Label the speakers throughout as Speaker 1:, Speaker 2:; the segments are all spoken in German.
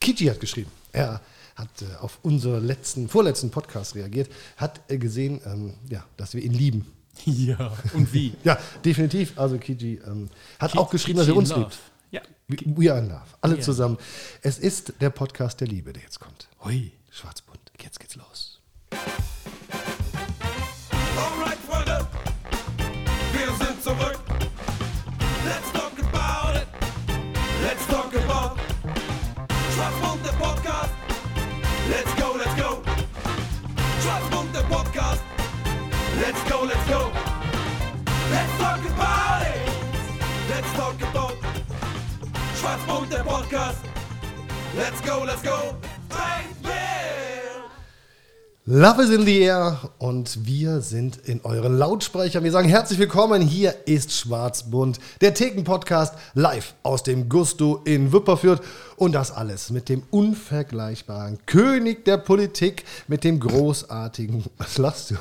Speaker 1: Kitty hat geschrieben. Er hat äh, auf unseren letzten, vorletzten Podcast reagiert, hat äh, gesehen, ähm, ja, dass wir ihn lieben.
Speaker 2: Ja, und wie?
Speaker 1: Ja, definitiv. Also Kiji ähm, hat
Speaker 2: Kid-
Speaker 1: auch geschrieben, dass
Speaker 2: Kid
Speaker 1: er uns
Speaker 2: in Love.
Speaker 1: liebt.
Speaker 2: Ja.
Speaker 1: We are in love. Alle
Speaker 2: Yeah.
Speaker 1: zusammen. Es ist der Podcast der Liebe, der jetzt kommt.
Speaker 2: Hui.
Speaker 1: Schwarzbund, jetzt geht's los.
Speaker 3: Alright, Freunde, wir sind zurück. Let's talk about it. Let's talk about Schwarzmund, der Podcast. Let's go, let's go. Schwarzmund, der Podcast. Let's go, let's go. Let's talk about it. Let's talk about Schwarzmund, der Podcast. Let's go, let's go. Baby.
Speaker 1: Love is in the air und wir sind in euren Lautsprechern. Wir sagen herzlich willkommen. Hier ist Schwarzbund, der Theken-Podcast live aus dem Gusto in Wipperfürth. Und das alles mit dem unvergleichbaren König der Politik, mit dem großartigen, was lachst du?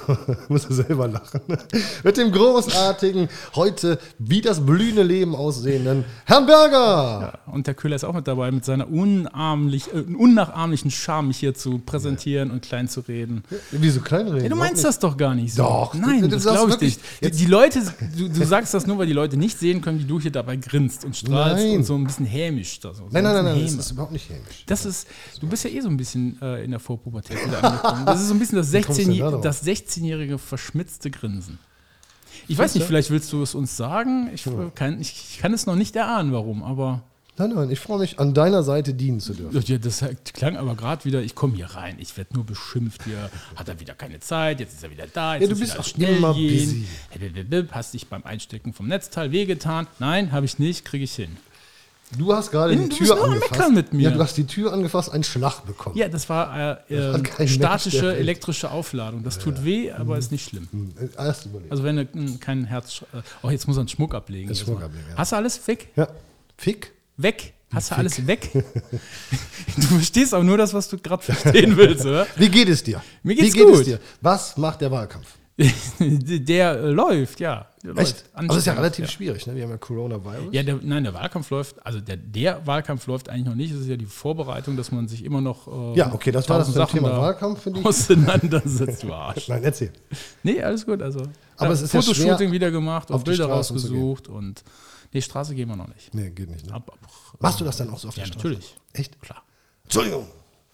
Speaker 1: Musst du selber lachen. Mit dem großartigen, heute wie das blühende Leben aussehenden Herrn Berger.
Speaker 2: Und der Köhler ist auch mit dabei, mit seiner unarmlich, äh, unnachahmlichen Scham mich hier zu präsentieren und klein zu reden.
Speaker 1: Wieso kleinreden?
Speaker 2: Ja, du meinst das doch gar nicht so.
Speaker 1: Doch. Du-
Speaker 2: Nein,
Speaker 1: du
Speaker 2: das
Speaker 1: sagst
Speaker 2: glaube ich
Speaker 1: wirklich-
Speaker 2: nicht. Die, die Leute, du, du sagst das nur, weil die Leute nicht sehen können, wie du hier dabei grinst und strahlst
Speaker 1: Nein.
Speaker 2: und so ein bisschen hämisch. Da so.
Speaker 1: Nein,
Speaker 2: so
Speaker 1: nein,
Speaker 2: ein
Speaker 1: nein, nein, das
Speaker 2: bisschen
Speaker 1: ist
Speaker 2: Häme.
Speaker 1: überhaupt nicht hämisch.
Speaker 2: Das ist, du bist ja eh so ein bisschen äh, in der Vorpubertät wieder angekommen. Das ist so ein bisschen das
Speaker 1: kommst du denn da
Speaker 2: 16-jährige
Speaker 1: drauf?
Speaker 2: das 16-jährige verschmitzte Grinsen. Ich weiß nicht, vielleicht willst du es uns sagen. Ich, äh,
Speaker 1: Hm.
Speaker 2: kann, ich, ich kann es noch nicht erahnen, warum, aber
Speaker 1: Nein, nein, ich freue mich, an deiner Seite dienen zu dürfen.
Speaker 2: ja, das klang aber gerade wieder, ich komme hier rein, ich werde nur beschimpft, hier hat er wieder keine Zeit, jetzt ist er wieder da, jetzt
Speaker 1: Ja, du
Speaker 2: muss
Speaker 1: bist
Speaker 2: wieder
Speaker 1: auch immer busy.
Speaker 2: Hip, hip, hip, hip, Hast dich beim Einstecken vom Netzteil wehgetan? Nein, habe ich nicht, kriege ich hin.
Speaker 1: Du hast gerade die
Speaker 2: Du bist
Speaker 1: Tür
Speaker 2: nur am
Speaker 1: angefasst.
Speaker 2: Meckern mit mir.
Speaker 1: Ja, du hast die Tür angefasst, einen Schlag bekommen.
Speaker 2: Ja, das war äh,
Speaker 1: hat kein
Speaker 2: äh,
Speaker 1: Mensch der
Speaker 2: statische
Speaker 1: Welt.
Speaker 2: elektrische Aufladung. Das tut weh, aber ist nicht schlimm.
Speaker 1: Äh, Erst überlegt.
Speaker 2: Also wenn du mh, kein Herz... sch- äh, Oh, jetzt muss er einen Schmuck ablegen.
Speaker 1: Den
Speaker 2: Jetzt
Speaker 1: Schmuck
Speaker 2: mal.
Speaker 1: ablegen, ja.
Speaker 2: Hast du alles weg?
Speaker 1: ja. Fick?
Speaker 2: Weg? Hast du alles weg? du verstehst auch nur das, was du gerade verstehen willst, oder?
Speaker 1: Wie geht es dir?
Speaker 2: Mir geht's
Speaker 1: Wie geht es
Speaker 2: gut.
Speaker 1: dir? Was macht der Wahlkampf?
Speaker 2: der äh, läuft, ja. Der
Speaker 1: Echt?
Speaker 2: Läuft.
Speaker 1: Aber das ist ja relativ
Speaker 2: Ja.
Speaker 1: schwierig, ne? Wir haben ja Coronavirus.
Speaker 2: Ja, der, nein, der Wahlkampf läuft, also der, der Wahlkampf läuft eigentlich noch nicht. Das ist ja die Vorbereitung, dass man sich immer noch. äh,
Speaker 1: Ja, okay, das war das mit
Speaker 2: tausend
Speaker 1: dem
Speaker 2: Sachen
Speaker 1: Thema
Speaker 2: da
Speaker 1: Wahlkampf, finde ich.
Speaker 2: Auseinandersetzt, du Arsch.
Speaker 1: Nein, erzähl.
Speaker 2: Nee, alles gut. Also,
Speaker 1: Aber
Speaker 2: da
Speaker 1: es ist ja
Speaker 2: Fotoshooting
Speaker 1: schwer,
Speaker 2: wieder gemacht
Speaker 1: auf
Speaker 2: und
Speaker 1: die
Speaker 2: Bilder
Speaker 1: Straßen zu
Speaker 2: rausgesucht und. Nee, Straße gehen wir noch nicht.
Speaker 1: Nee, geht nicht. Ne?
Speaker 2: Ab, ab,
Speaker 1: Machst du das dann auch so auf
Speaker 2: ja,
Speaker 1: der Straße?
Speaker 2: natürlich.
Speaker 1: Echt?
Speaker 2: Klar.
Speaker 1: Entschuldigung.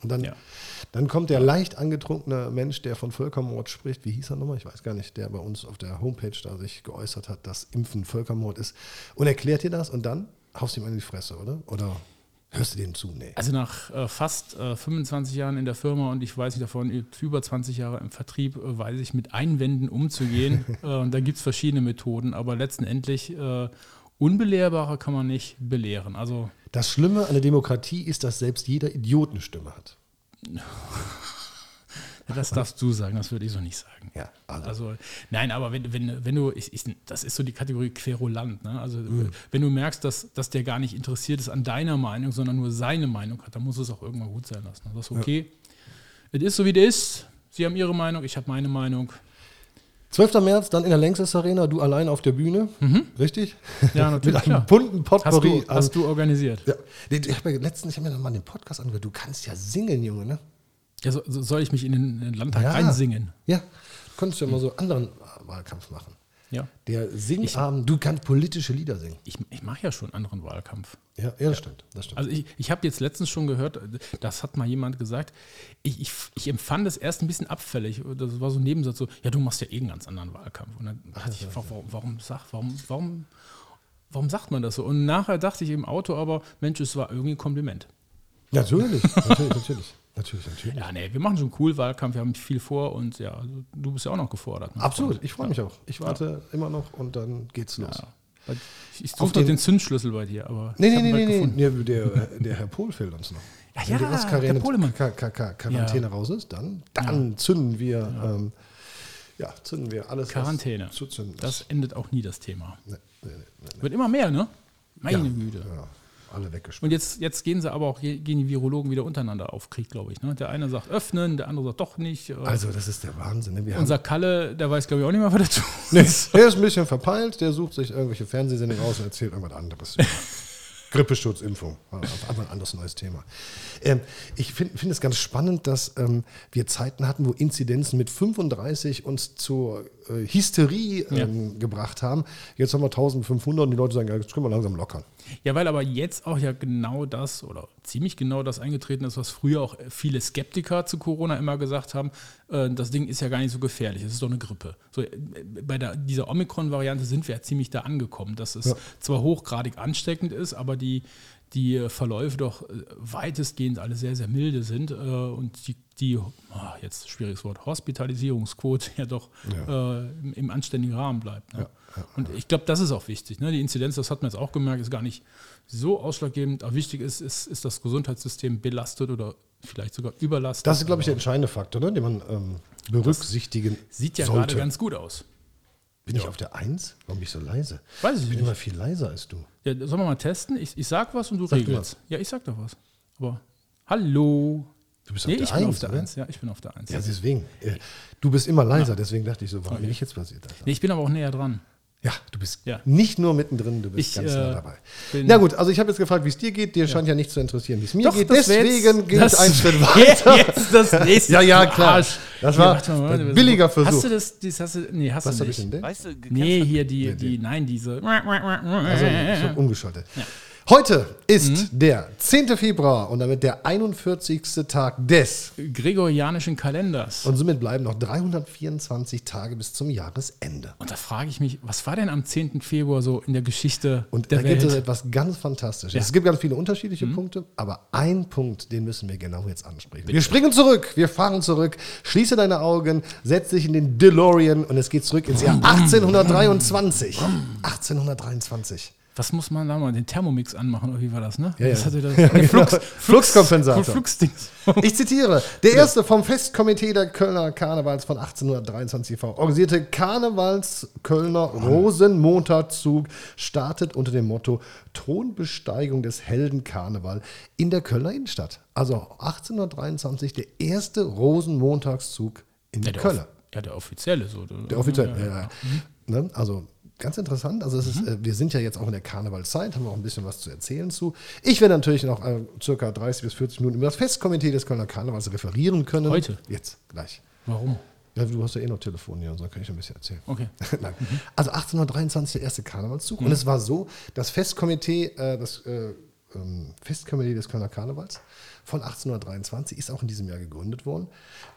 Speaker 1: Und dann,
Speaker 2: Ja.
Speaker 1: dann kommt der leicht angetrunkene Mensch, der von Völkermord spricht. Wie hieß er nochmal? Ich weiß gar nicht. Der bei uns auf der Homepage da sich geäußert hat, dass Impfen Völkermord ist. Und erklärt dir das und dann haust du ihm eine in die Fresse, oder? Oder hörst du dem zu? Nee.
Speaker 2: Also nach äh, fast äh, 25 Jahren in der Firma und ich weiß nicht davon, über 20 Jahre im Vertrieb, äh, weiß ich, mit Einwänden umzugehen. äh, und da gibt es verschiedene Methoden, aber letztendlich äh, unbelehrbare kann man nicht belehren. Also
Speaker 1: Das Schlimme an der Demokratie ist, dass selbst jeder Idiot eine Stimme hat.
Speaker 2: das darfst du sagen, das würde ich so nicht sagen.
Speaker 1: Ja, also.
Speaker 2: Also, nein, aber wenn, wenn, wenn du, ich, ich, das ist so die Kategorie Querulant, ne? Also,
Speaker 1: Mhm.
Speaker 2: wenn du merkst, dass, dass der gar nicht interessiert ist an deiner Meinung, sondern nur seine Meinung hat, dann muss es auch irgendwann gut sein lassen. Dann sagst du, okay, es ist so wie es ist. Sie haben ihre Meinung, ich habe meine Meinung.
Speaker 1: 12. März, dann in der Längstes Arena, du allein auf der Bühne. Richtig?
Speaker 2: Mhm. Ja,
Speaker 1: Mit
Speaker 2: natürlich.
Speaker 1: einem
Speaker 2: Klar.
Speaker 1: bunten
Speaker 2: Hast,
Speaker 1: Potpourri.
Speaker 2: du, hast du organisiert.
Speaker 1: ja. Nee, Ich habe ja letztens, ich habe mir noch mal den Podcast angehört. Du kannst ja singen, Junge, ne?
Speaker 2: Ja, so, so soll ich mich in den, in den Landtag einsingen?
Speaker 1: Ja, könntest du ja mal so anderen äh, Wahlkampf machen.
Speaker 2: Ja.
Speaker 1: Der Singabend, du kannst politische Lieder singen.
Speaker 2: Ich, ich mache ja schon einen anderen Wahlkampf.
Speaker 1: Ja, ja, das stimmt. Das stimmt.
Speaker 2: Also ich, ich habe jetzt letztens schon gehört, das hat mal jemand gesagt, ich, ich, ich empfand es erst ein bisschen abfällig. Das war so ein Nebensatz so, ja, du machst ja eh einen ganz anderen Wahlkampf. Und dann dachte ich, wa- warum, warum, sag, warum, warum, warum sagt man das so? Und nachher dachte ich im Auto aber, Mensch, es war irgendwie ein Kompliment.
Speaker 1: natürlich, natürlich, natürlich. Natürlich, natürlich.
Speaker 2: Ja, nee, wir machen schon einen coolen Wahlkampf, wir haben viel vor und ja, also du bist ja auch noch gefordert. ne?
Speaker 1: Absolut, ich freue mich auch. Ich warte immer noch und dann geht's los.
Speaker 2: Ja. Ich, ich
Speaker 1: Auf
Speaker 2: suche noch
Speaker 1: den-
Speaker 2: den Zündschlüssel bei dir, aber
Speaker 1: Nee,
Speaker 2: ich
Speaker 1: nee,
Speaker 2: hab ihn
Speaker 1: nee,
Speaker 2: bald
Speaker 1: nee,
Speaker 2: gefunden.
Speaker 1: nee. nee. Der, der Herr Pohl fehlt uns noch.
Speaker 2: Ja,
Speaker 1: Wenn die
Speaker 2: ja,
Speaker 1: Restquarantäne-
Speaker 2: der Polemann.
Speaker 1: Ka- Ka- Ka- Quarantäne raus ist, dann, dann zünden wir, ähm, ja, zünden wir alles. was
Speaker 2: Quarantäne.
Speaker 1: Zu zünden. ist.
Speaker 2: Das endet auch nie, das Thema.
Speaker 1: Nee, nee, nee.
Speaker 2: Wird immer mehr, ne? Meine Güte.
Speaker 1: Ja, alle weggespielt.
Speaker 2: Und jetzt, jetzt gehen sie aber auch, gehen die Virologen wieder untereinander auf Krieg, glaube ich. Ne? Der eine sagt öffnen, der andere sagt doch nicht. Äh,
Speaker 1: Also, das ist der Wahnsinn. ne? Wir haben-
Speaker 2: Unser Kalle, der weiß, glaube ich, auch nicht mehr, was er tut.
Speaker 1: Nee, der ist ein bisschen verpeilt, der sucht sich irgendwelche Fernsehsendungen aus und erzählt irgendwas anderes. Grippeschutzimpfung. War Auf einmal ein anderes neues Thema. Ähm, ich finde find es ganz spannend, dass ähm, wir Zeiten hatten, wo Inzidenzen mit 35 uns zur äh, Hysterie ähm, gebracht haben. Jetzt haben wir 1500 und die Leute sagen, ja, jetzt können wir langsam lockern.
Speaker 2: Ja, weil aber jetzt auch ja genau das oder ziemlich genau das eingetreten ist, was früher auch viele Skeptiker zu Corona immer gesagt haben, äh, das Ding ist ja gar nicht so gefährlich, es ist doch eine Grippe. So, äh, bei der, dieser Omikron-Variante sind wir ja ziemlich da angekommen, dass es
Speaker 1: Ja.
Speaker 2: zwar hochgradig ansteckend ist, aber die, die äh, Verläufe doch äh, weitestgehend alle sehr, sehr milde sind äh, und die, die ah, jetzt schwieriges Wort, Hospitalisierungsquote ja doch äh, im, im anständigen Rahmen bleibt. Ne? und ich glaube, das ist auch wichtig. Ne? Die Inzidenz, das hat man jetzt auch gemerkt, ist gar nicht so ausschlaggebend. Aber wichtig ist, ist, ist das Gesundheitssystem belastet oder vielleicht sogar überlastet.
Speaker 1: Das ist, glaube ich,
Speaker 2: Aber
Speaker 1: der entscheidende Faktor, ne, den man ähm, berücksichtigen
Speaker 2: Sieht ja
Speaker 1: sollte.
Speaker 2: gerade ganz gut aus.
Speaker 1: Bin ich auf der Eins? Warum bin ich so leise?
Speaker 2: Weiß ich
Speaker 1: ich bin
Speaker 2: nicht.
Speaker 1: immer viel leiser als du.
Speaker 2: Ja, sollen wir mal testen? Ich, ich sag was und du
Speaker 1: Sag du
Speaker 2: regelst. Ja, ich sag doch was. Aber hallo.
Speaker 1: Du bist
Speaker 2: nee,
Speaker 1: auf der
Speaker 2: ich bin auf
Speaker 1: Eins,
Speaker 2: der
Speaker 1: oder?
Speaker 2: Eins. Ja, ich bin auf der Eins.
Speaker 1: Ja, deswegen. Äh, Du bist immer leiser, deswegen dachte ich so, warum bin ich jetzt passiert? Alter?
Speaker 2: nee, ich bin aber auch näher dran.
Speaker 1: Ja, du bist
Speaker 2: Ja.
Speaker 1: nicht nur mittendrin, du bist
Speaker 2: Ich,
Speaker 1: ganz nah
Speaker 2: äh,
Speaker 1: dabei.
Speaker 2: bin-
Speaker 1: Na gut, also ich habe jetzt gefragt, wie es dir geht. Dir scheint ja nicht zu interessieren, wie es mir geht.
Speaker 2: das wär jetzt-
Speaker 1: Deswegen gilt
Speaker 2: das
Speaker 1: ein Schritt
Speaker 2: wär
Speaker 1: weiter.
Speaker 2: Jetzt das nächste.
Speaker 1: Ja, ja,
Speaker 2: du
Speaker 1: klar.
Speaker 2: Arsch.
Speaker 1: Das war
Speaker 2: warte mal, warte mal.
Speaker 1: ein billiger Versuch.
Speaker 2: Hast du das, das hast du, nee, hast
Speaker 1: Was
Speaker 2: du
Speaker 1: habe ich
Speaker 2: nicht.
Speaker 1: denn denn?
Speaker 4: Weißt du, gekennst
Speaker 2: Nee,
Speaker 4: du-
Speaker 2: hier die, die, nein, diese.
Speaker 1: Also, ich habe umgeschaltet. Heute ist
Speaker 2: Mhm.
Speaker 1: der 10. Februar und damit der 41. Tag des.
Speaker 2: Gregorianischen Kalenders.
Speaker 1: Und somit bleiben noch 324 Tage bis zum Jahresende.
Speaker 2: Und da frage ich mich, was war denn am 10. Februar so in der Geschichte
Speaker 1: Und
Speaker 2: der
Speaker 1: da gibt es etwas ganz Fantastisches. Es gibt ganz viele unterschiedliche Punkte, aber ein Punkt, den müssen wir genau jetzt ansprechen. Wir springen zurück, wir fahren zurück, schließe deine Augen, setz dich in den DeLorean und es geht zurück ins Jahr 1823. 1823.
Speaker 2: Was muss man da mal? Den Thermomix anmachen, oder wie war das, ne?
Speaker 1: Ja, ja.
Speaker 2: Das hatte das
Speaker 1: Ja,
Speaker 2: Nee,
Speaker 1: genau. Fluxkompensator.
Speaker 2: Flux, Fluxdings.
Speaker 1: Ich zitiere, der erste vom Festkomitee der Kölner Karnevals von 1823 e.V. organisierte Karnevals-Kölner Rosenmontagszug startet unter dem Motto Thronbesteigung des Helden Karneval in der Kölner Innenstadt. Also 1823 der erste Rosenmontagszug in
Speaker 2: Ja, der
Speaker 1: Köln.
Speaker 2: off- Ja, der offizielle. So.
Speaker 1: Der offizielle. Ja, ja. Ne? Also ganz interessant. Also es ist, äh, wir sind ja jetzt auch in der Karnevalzeit, haben wir auch ein bisschen was zu erzählen zu. Ich werde natürlich noch äh, circa 30 bis 40 Minuten über das Festkomitee des Kölner Karnevals referieren können.
Speaker 2: Heute?
Speaker 1: Jetzt, gleich.
Speaker 2: Warum?
Speaker 1: Ja, du hast ja eh noch Telefon hier, und so kann ich ein bisschen erzählen.
Speaker 2: Okay.
Speaker 1: Nein. Also 1823 der erste Karnevalszug. Und es war so, das Festkomitee, äh, das äh, ähm, Festkomitee des Kölner Karnevals von 1823 ist auch in diesem Jahr gegründet worden.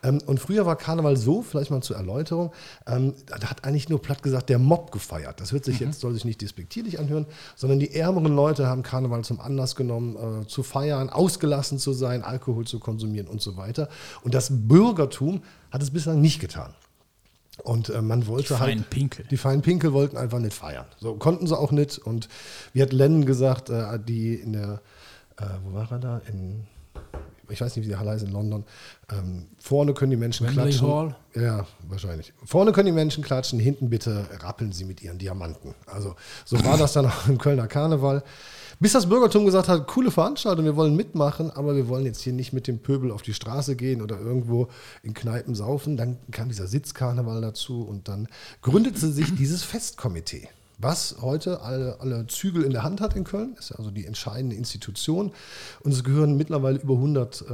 Speaker 1: Ähm, und früher war Karneval so, vielleicht mal zur Erläuterung, ähm, da da hat eigentlich nur platt gesagt der Mob gefeiert. Das wird sich jetzt, soll sich nicht despektierlich anhören, sondern die ärmeren Leute haben Karneval zum Anlass genommen, äh, zu feiern, ausgelassen zu sein, Alkohol zu konsumieren und so weiter. Und das Bürgertum hat es bislang nicht getan. Und äh, man wollte
Speaker 2: Die
Speaker 1: halt.
Speaker 2: feinen Pinkel.
Speaker 1: Die feinen Pinkel wollten einfach nicht feiern. So konnten sie auch nicht. Und wie hat Lennon gesagt, äh, die in der, äh, wo war er da? In, ich weiß nicht, wie die Halle heißt in London. Ähm, vorne können die Menschen
Speaker 2: Wembley
Speaker 1: klatschen.
Speaker 2: Hall?
Speaker 1: Ja, wahrscheinlich. Vorne können die Menschen klatschen, hinten bitte rappeln sie mit ihren Diamanten. Also so war das dann auch im Kölner Karneval. Bis das Bürgertum gesagt hat, coole Veranstaltung, wir wollen mitmachen, aber wir wollen jetzt hier nicht mit dem Pöbel auf die Straße gehen oder irgendwo in Kneipen saufen. Dann kam dieser Sitzkarneval dazu und dann gründete sich dieses Festkomitee, was heute alle, alle Zügel in der Hand hat in Köln, ist also die entscheidende Institution. Und es gehören mittlerweile über 100 äh,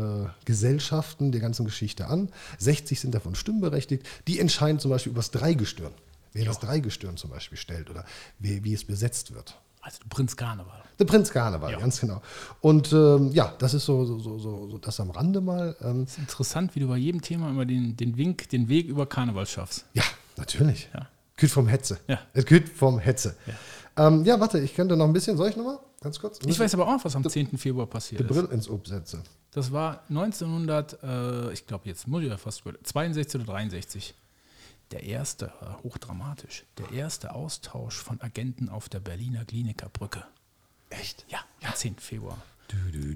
Speaker 1: Gesellschaften der ganzen Geschichte an. 60 sind davon stimmberechtigt. Die entscheiden zum Beispiel über das Dreigestirn. Wer das Dreigestirn zum Beispiel stellt oder wie, wie es besetzt wird.
Speaker 2: Also Prinz Karneval.
Speaker 1: Der Prinz Karneval, ganz genau. Und ähm, ja, das ist so, so, so, so, so das am Rande mal. Ähm,
Speaker 2: Ist interessant, wie du bei jedem Thema immer den, den Wink, den Weg über Karneval schaffst.
Speaker 1: ja, natürlich.
Speaker 2: Ja.
Speaker 1: Küt vom Hetze.
Speaker 2: Ja.
Speaker 1: Es küt vom Hetze. Ja. Ähm, ja, warte, ich könnte noch ein bisschen, soll ich nochmal? Ganz kurz.
Speaker 2: Ich weiß aber auch, was am 10. Februar passiert
Speaker 1: die
Speaker 2: ist.
Speaker 1: Brille ins Ob setze.
Speaker 2: Das war 1900, äh, ich glaube jetzt muss ich ja fast über- 62 oder 63. Der erste, äh, hochdramatisch, der erste Austausch von Agenten auf der Berliner Kliniker Brücke.
Speaker 1: Echt?
Speaker 2: Ja, am 10. Februar.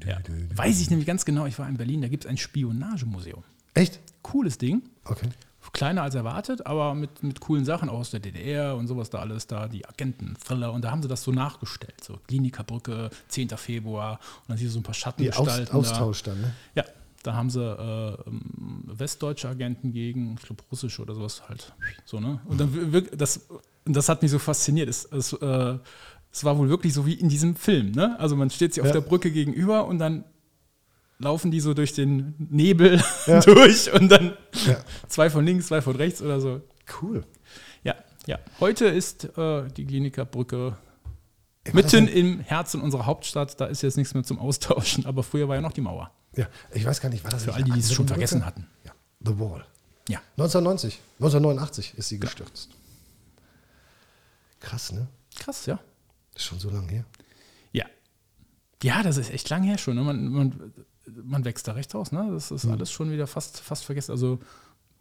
Speaker 2: Ja. Weiß ich nämlich ganz genau, ich war in Berlin, da gibt es ein Spionagemuseum.
Speaker 1: Echt?
Speaker 2: Cooles Ding,
Speaker 1: Okay.
Speaker 2: kleiner als erwartet, aber mit, mit coolen Sachen auch aus der DDR und sowas da alles, da die Agenten, Thriller und da haben sie das so nachgestellt. So Kliniker Brücke, 10. Februar und dann siehst du so ein paar
Speaker 1: Die Aus
Speaker 2: Schattengestalten. da.
Speaker 1: Austausch dann, ne?
Speaker 2: Ja, da haben sie äh, ähm, westdeutsche Agenten gegen, ich glaube russische oder sowas halt. So, ne? Und dann wir- wir- das, und das hat mich so fasziniert. Es, es, äh, Es war wohl wirklich so wie in diesem Film, ne? Also man steht sich auf
Speaker 1: Ja.
Speaker 2: der Brücke gegenüber und dann laufen die so durch den Nebel durch und dann
Speaker 1: Ja.
Speaker 2: zwei von links, zwei von rechts oder so.
Speaker 1: Cool.
Speaker 2: Ja, ja. Heute ist äh, die Klinikerbrücke
Speaker 1: Ey, war das
Speaker 2: mitten im Herzen unserer Hauptstadt. Da ist jetzt nichts mehr zum Austauschen, aber früher war ja noch die Mauer.
Speaker 1: Ja, ich weiß gar nicht, war das
Speaker 2: Für
Speaker 1: nicht
Speaker 2: all die, die es schon
Speaker 1: Achsenbrücke?
Speaker 2: vergessen hatten.
Speaker 1: Ja. The Wall.
Speaker 2: Ja.
Speaker 1: 1990, 1989 ist sie gestürzt. Krass, ne?
Speaker 2: Krass, ja.
Speaker 1: Ist schon so lange her.
Speaker 2: Ja. Ja, das ist echt lang her schon. Ne? Man, man, man wächst da recht raus. Ne? Das ist alles schon wieder fast, fast vergessen. Also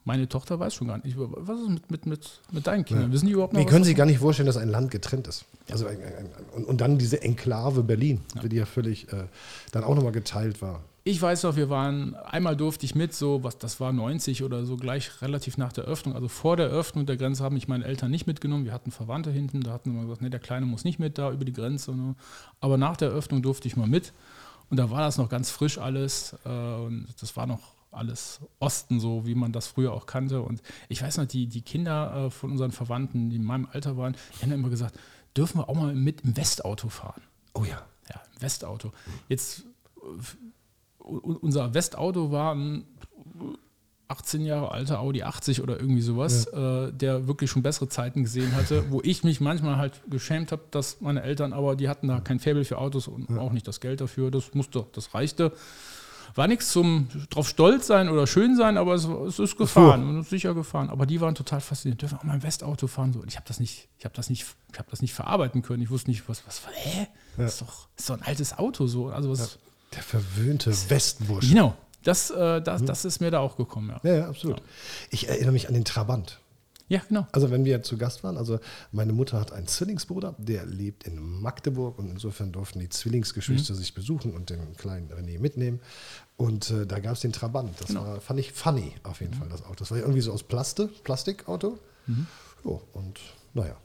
Speaker 2: meine Tochter weiß schon gar nicht, was ist mit, mit, mit, mit deinen Kindern? Wissen die überhaupt noch
Speaker 1: Wir
Speaker 2: was?
Speaker 1: können sich gar nicht vorstellen, dass ein Land getrennt ist. Also ein, ein, ein, und, und dann diese Enklave Berlin, die ja völlig äh, dann auch nochmal geteilt war.
Speaker 2: Ich weiß noch, wir waren, einmal durfte ich mit, so, was, das war 90 oder so, gleich relativ nach der Öffnung. Also vor der Öffnung der Grenze haben mich meine Eltern nicht mitgenommen. Wir hatten Verwandte hinten, da hatten wir mal gesagt, nee, der Kleine muss nicht mit da über die Grenze. Ne? Aber nach der Öffnung durfte ich mal mit. Und da war das noch ganz frisch alles. Äh, und das war noch alles Osten, so wie man das früher auch kannte. Und ich weiß noch, die, die Kinder äh, von unseren Verwandten, die in meinem Alter waren, die haben immer gesagt, dürfen wir auch mal mit im Westauto fahren.
Speaker 1: Oh ja.
Speaker 2: Ja, ein Westauto. Jetzt, äh, f- u- unser Westauto war ein 18 Jahre alter Audi 80 oder irgendwie sowas, äh, der wirklich schon bessere Zeiten gesehen hatte, wo ich mich manchmal halt geschämt habe, dass meine Eltern, aber die hatten da kein Faible für Autos und auch nicht das Geld dafür. Das musste, das reichte. War nichts zum drauf stolz sein oder schön sein, aber es, es ist gefahren und ist sicher gefahren. Aber die waren total fasziniert. Dürfen wir auch mal ein Westauto fahren? So, und ich habe das nicht, ich habe das nicht, ich habe das nicht verarbeiten können. Ich wusste nicht, was, was, hä? Das ist doch, ist doch ein altes Auto so. Also was,
Speaker 1: Der verwöhnte Westbusch.
Speaker 2: genau. Das, äh, das, das ist mir da auch gekommen. Ja,
Speaker 1: Mhm. Ja, ja, absolut. Ich erinnere mich an den Trabant.
Speaker 2: ja genau.
Speaker 1: Also wenn wir zu Gast waren, also meine Mutter hat einen Zwillingsbruder, der lebt in Magdeburg und insofern durften die Zwillingsgeschwister sich besuchen und den kleinen René mitnehmen. Und äh, da gab es den Trabant. Das war, fand ich funny auf jeden Fall, das Auto. Das war ja irgendwie so aus Plaste, Plastikauto. Jo, und naja.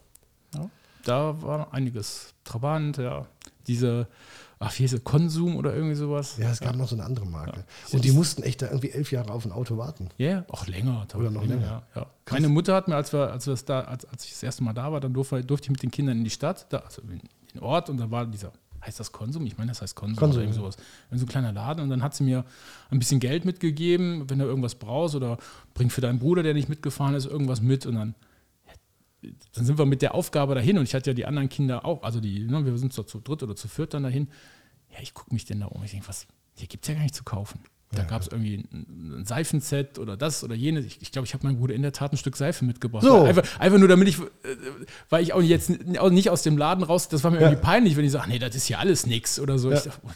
Speaker 2: Ja, da war einiges. Trabant, ja. Diese, ach, wie hieß es, Konsum oder irgendwie sowas.
Speaker 1: Ja, es gab noch so eine andere Marke. Und die mussten echt da irgendwie elf Jahre auf ein Auto warten.
Speaker 2: Ja, yeah. auch länger.
Speaker 1: Oder noch länger.
Speaker 2: Ja, ja. Meine Mutter hat mir, als, wir, als, wir's da, als, als ich das erste Mal da war, dann durfte, durfte ich mit den Kindern in die Stadt, da, also in den Ort, und da war dieser, heißt das Konsum? Ich meine, das heißt Konsum,
Speaker 1: Konsum,
Speaker 2: oder irgend
Speaker 1: ja.
Speaker 2: sowas. In so ein kleiner Laden. Und dann hat sie mir ein bisschen Geld mitgegeben, wenn du irgendwas brauchst, oder bring für deinen Bruder, der nicht mitgefahren ist, irgendwas mit. Und dann dann sind wir mit der Aufgabe dahin und ich hatte ja die anderen Kinder auch, also die, ne, wir sind so zu dritt oder zu viert dann dahin. Ja, ich gucke mich denn da um. Ich denke, was, hier gibt es ja gar nicht zu kaufen. Da gab es irgendwie ein, ein Seifenset oder das oder jenes. Ich glaube, ich, glaub, ich habe meinem Bruder in der Tat ein Stück Seife mitgebracht.
Speaker 1: So.
Speaker 2: Einfach, einfach nur, damit ich, äh, weil ich auch jetzt n- auch nicht aus dem Laden raus, das war mir irgendwie peinlich, wenn ich sage, nee, das ist hier alles nix oder so. Ich dachte, oh,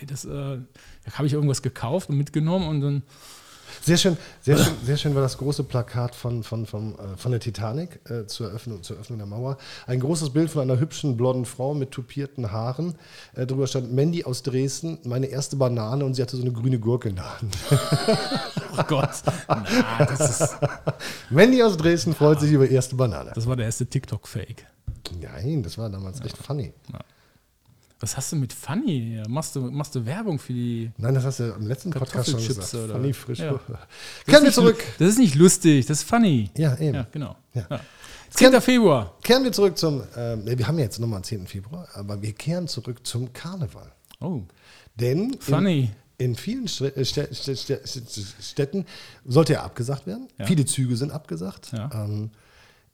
Speaker 2: nee, das, äh, da habe ich irgendwas gekauft und mitgenommen und dann,
Speaker 1: Sehr schön, sehr schön, sehr schön war das große Plakat von, von, vom, äh, von der Titanic äh, zur, Eröffnung, zur Eröffnung der Mauer. Ein großes Bild von einer hübschen blonden Frau mit tupierten Haaren. Äh, drüber stand Mandy aus Dresden, meine erste Banane und sie hatte so eine grüne Gurke in der Hand.
Speaker 2: oh Gott, na, das, ist,
Speaker 1: Mandy aus Dresden freut sich über ihre erste Banane.
Speaker 2: das war der erste TikTok-Fake.
Speaker 1: Nein, das war damals echt funny.
Speaker 2: Was hast du mit Funny? Machst du, machst du Werbung für die.
Speaker 1: Nein, das hast du im letzten Podcast schon
Speaker 2: Kartoffelchips
Speaker 1: gesagt.
Speaker 2: oder-
Speaker 1: Funny frisch.
Speaker 2: Ja.
Speaker 1: Kehren wir zurück.
Speaker 2: Das ist nicht lustig, das ist funny.
Speaker 1: Ja, eben.
Speaker 2: Ja, genau.
Speaker 1: Ja.
Speaker 2: Ja. 10.
Speaker 1: kann-
Speaker 2: Februar.
Speaker 1: Kehren wir zurück zum, ähm, nee, wir haben ja jetzt nochmal am 10. Februar, aber wir kehren zurück zum Karneval.
Speaker 2: Oh.
Speaker 1: Denn
Speaker 2: Funny.
Speaker 1: In, in vielen Strä- äh, Stä- Stä- Stä- Stä- Städten sollte er abgesagt werden.
Speaker 2: Ja.
Speaker 1: Viele Züge sind abgesagt.
Speaker 2: Ja.
Speaker 1: Ähm,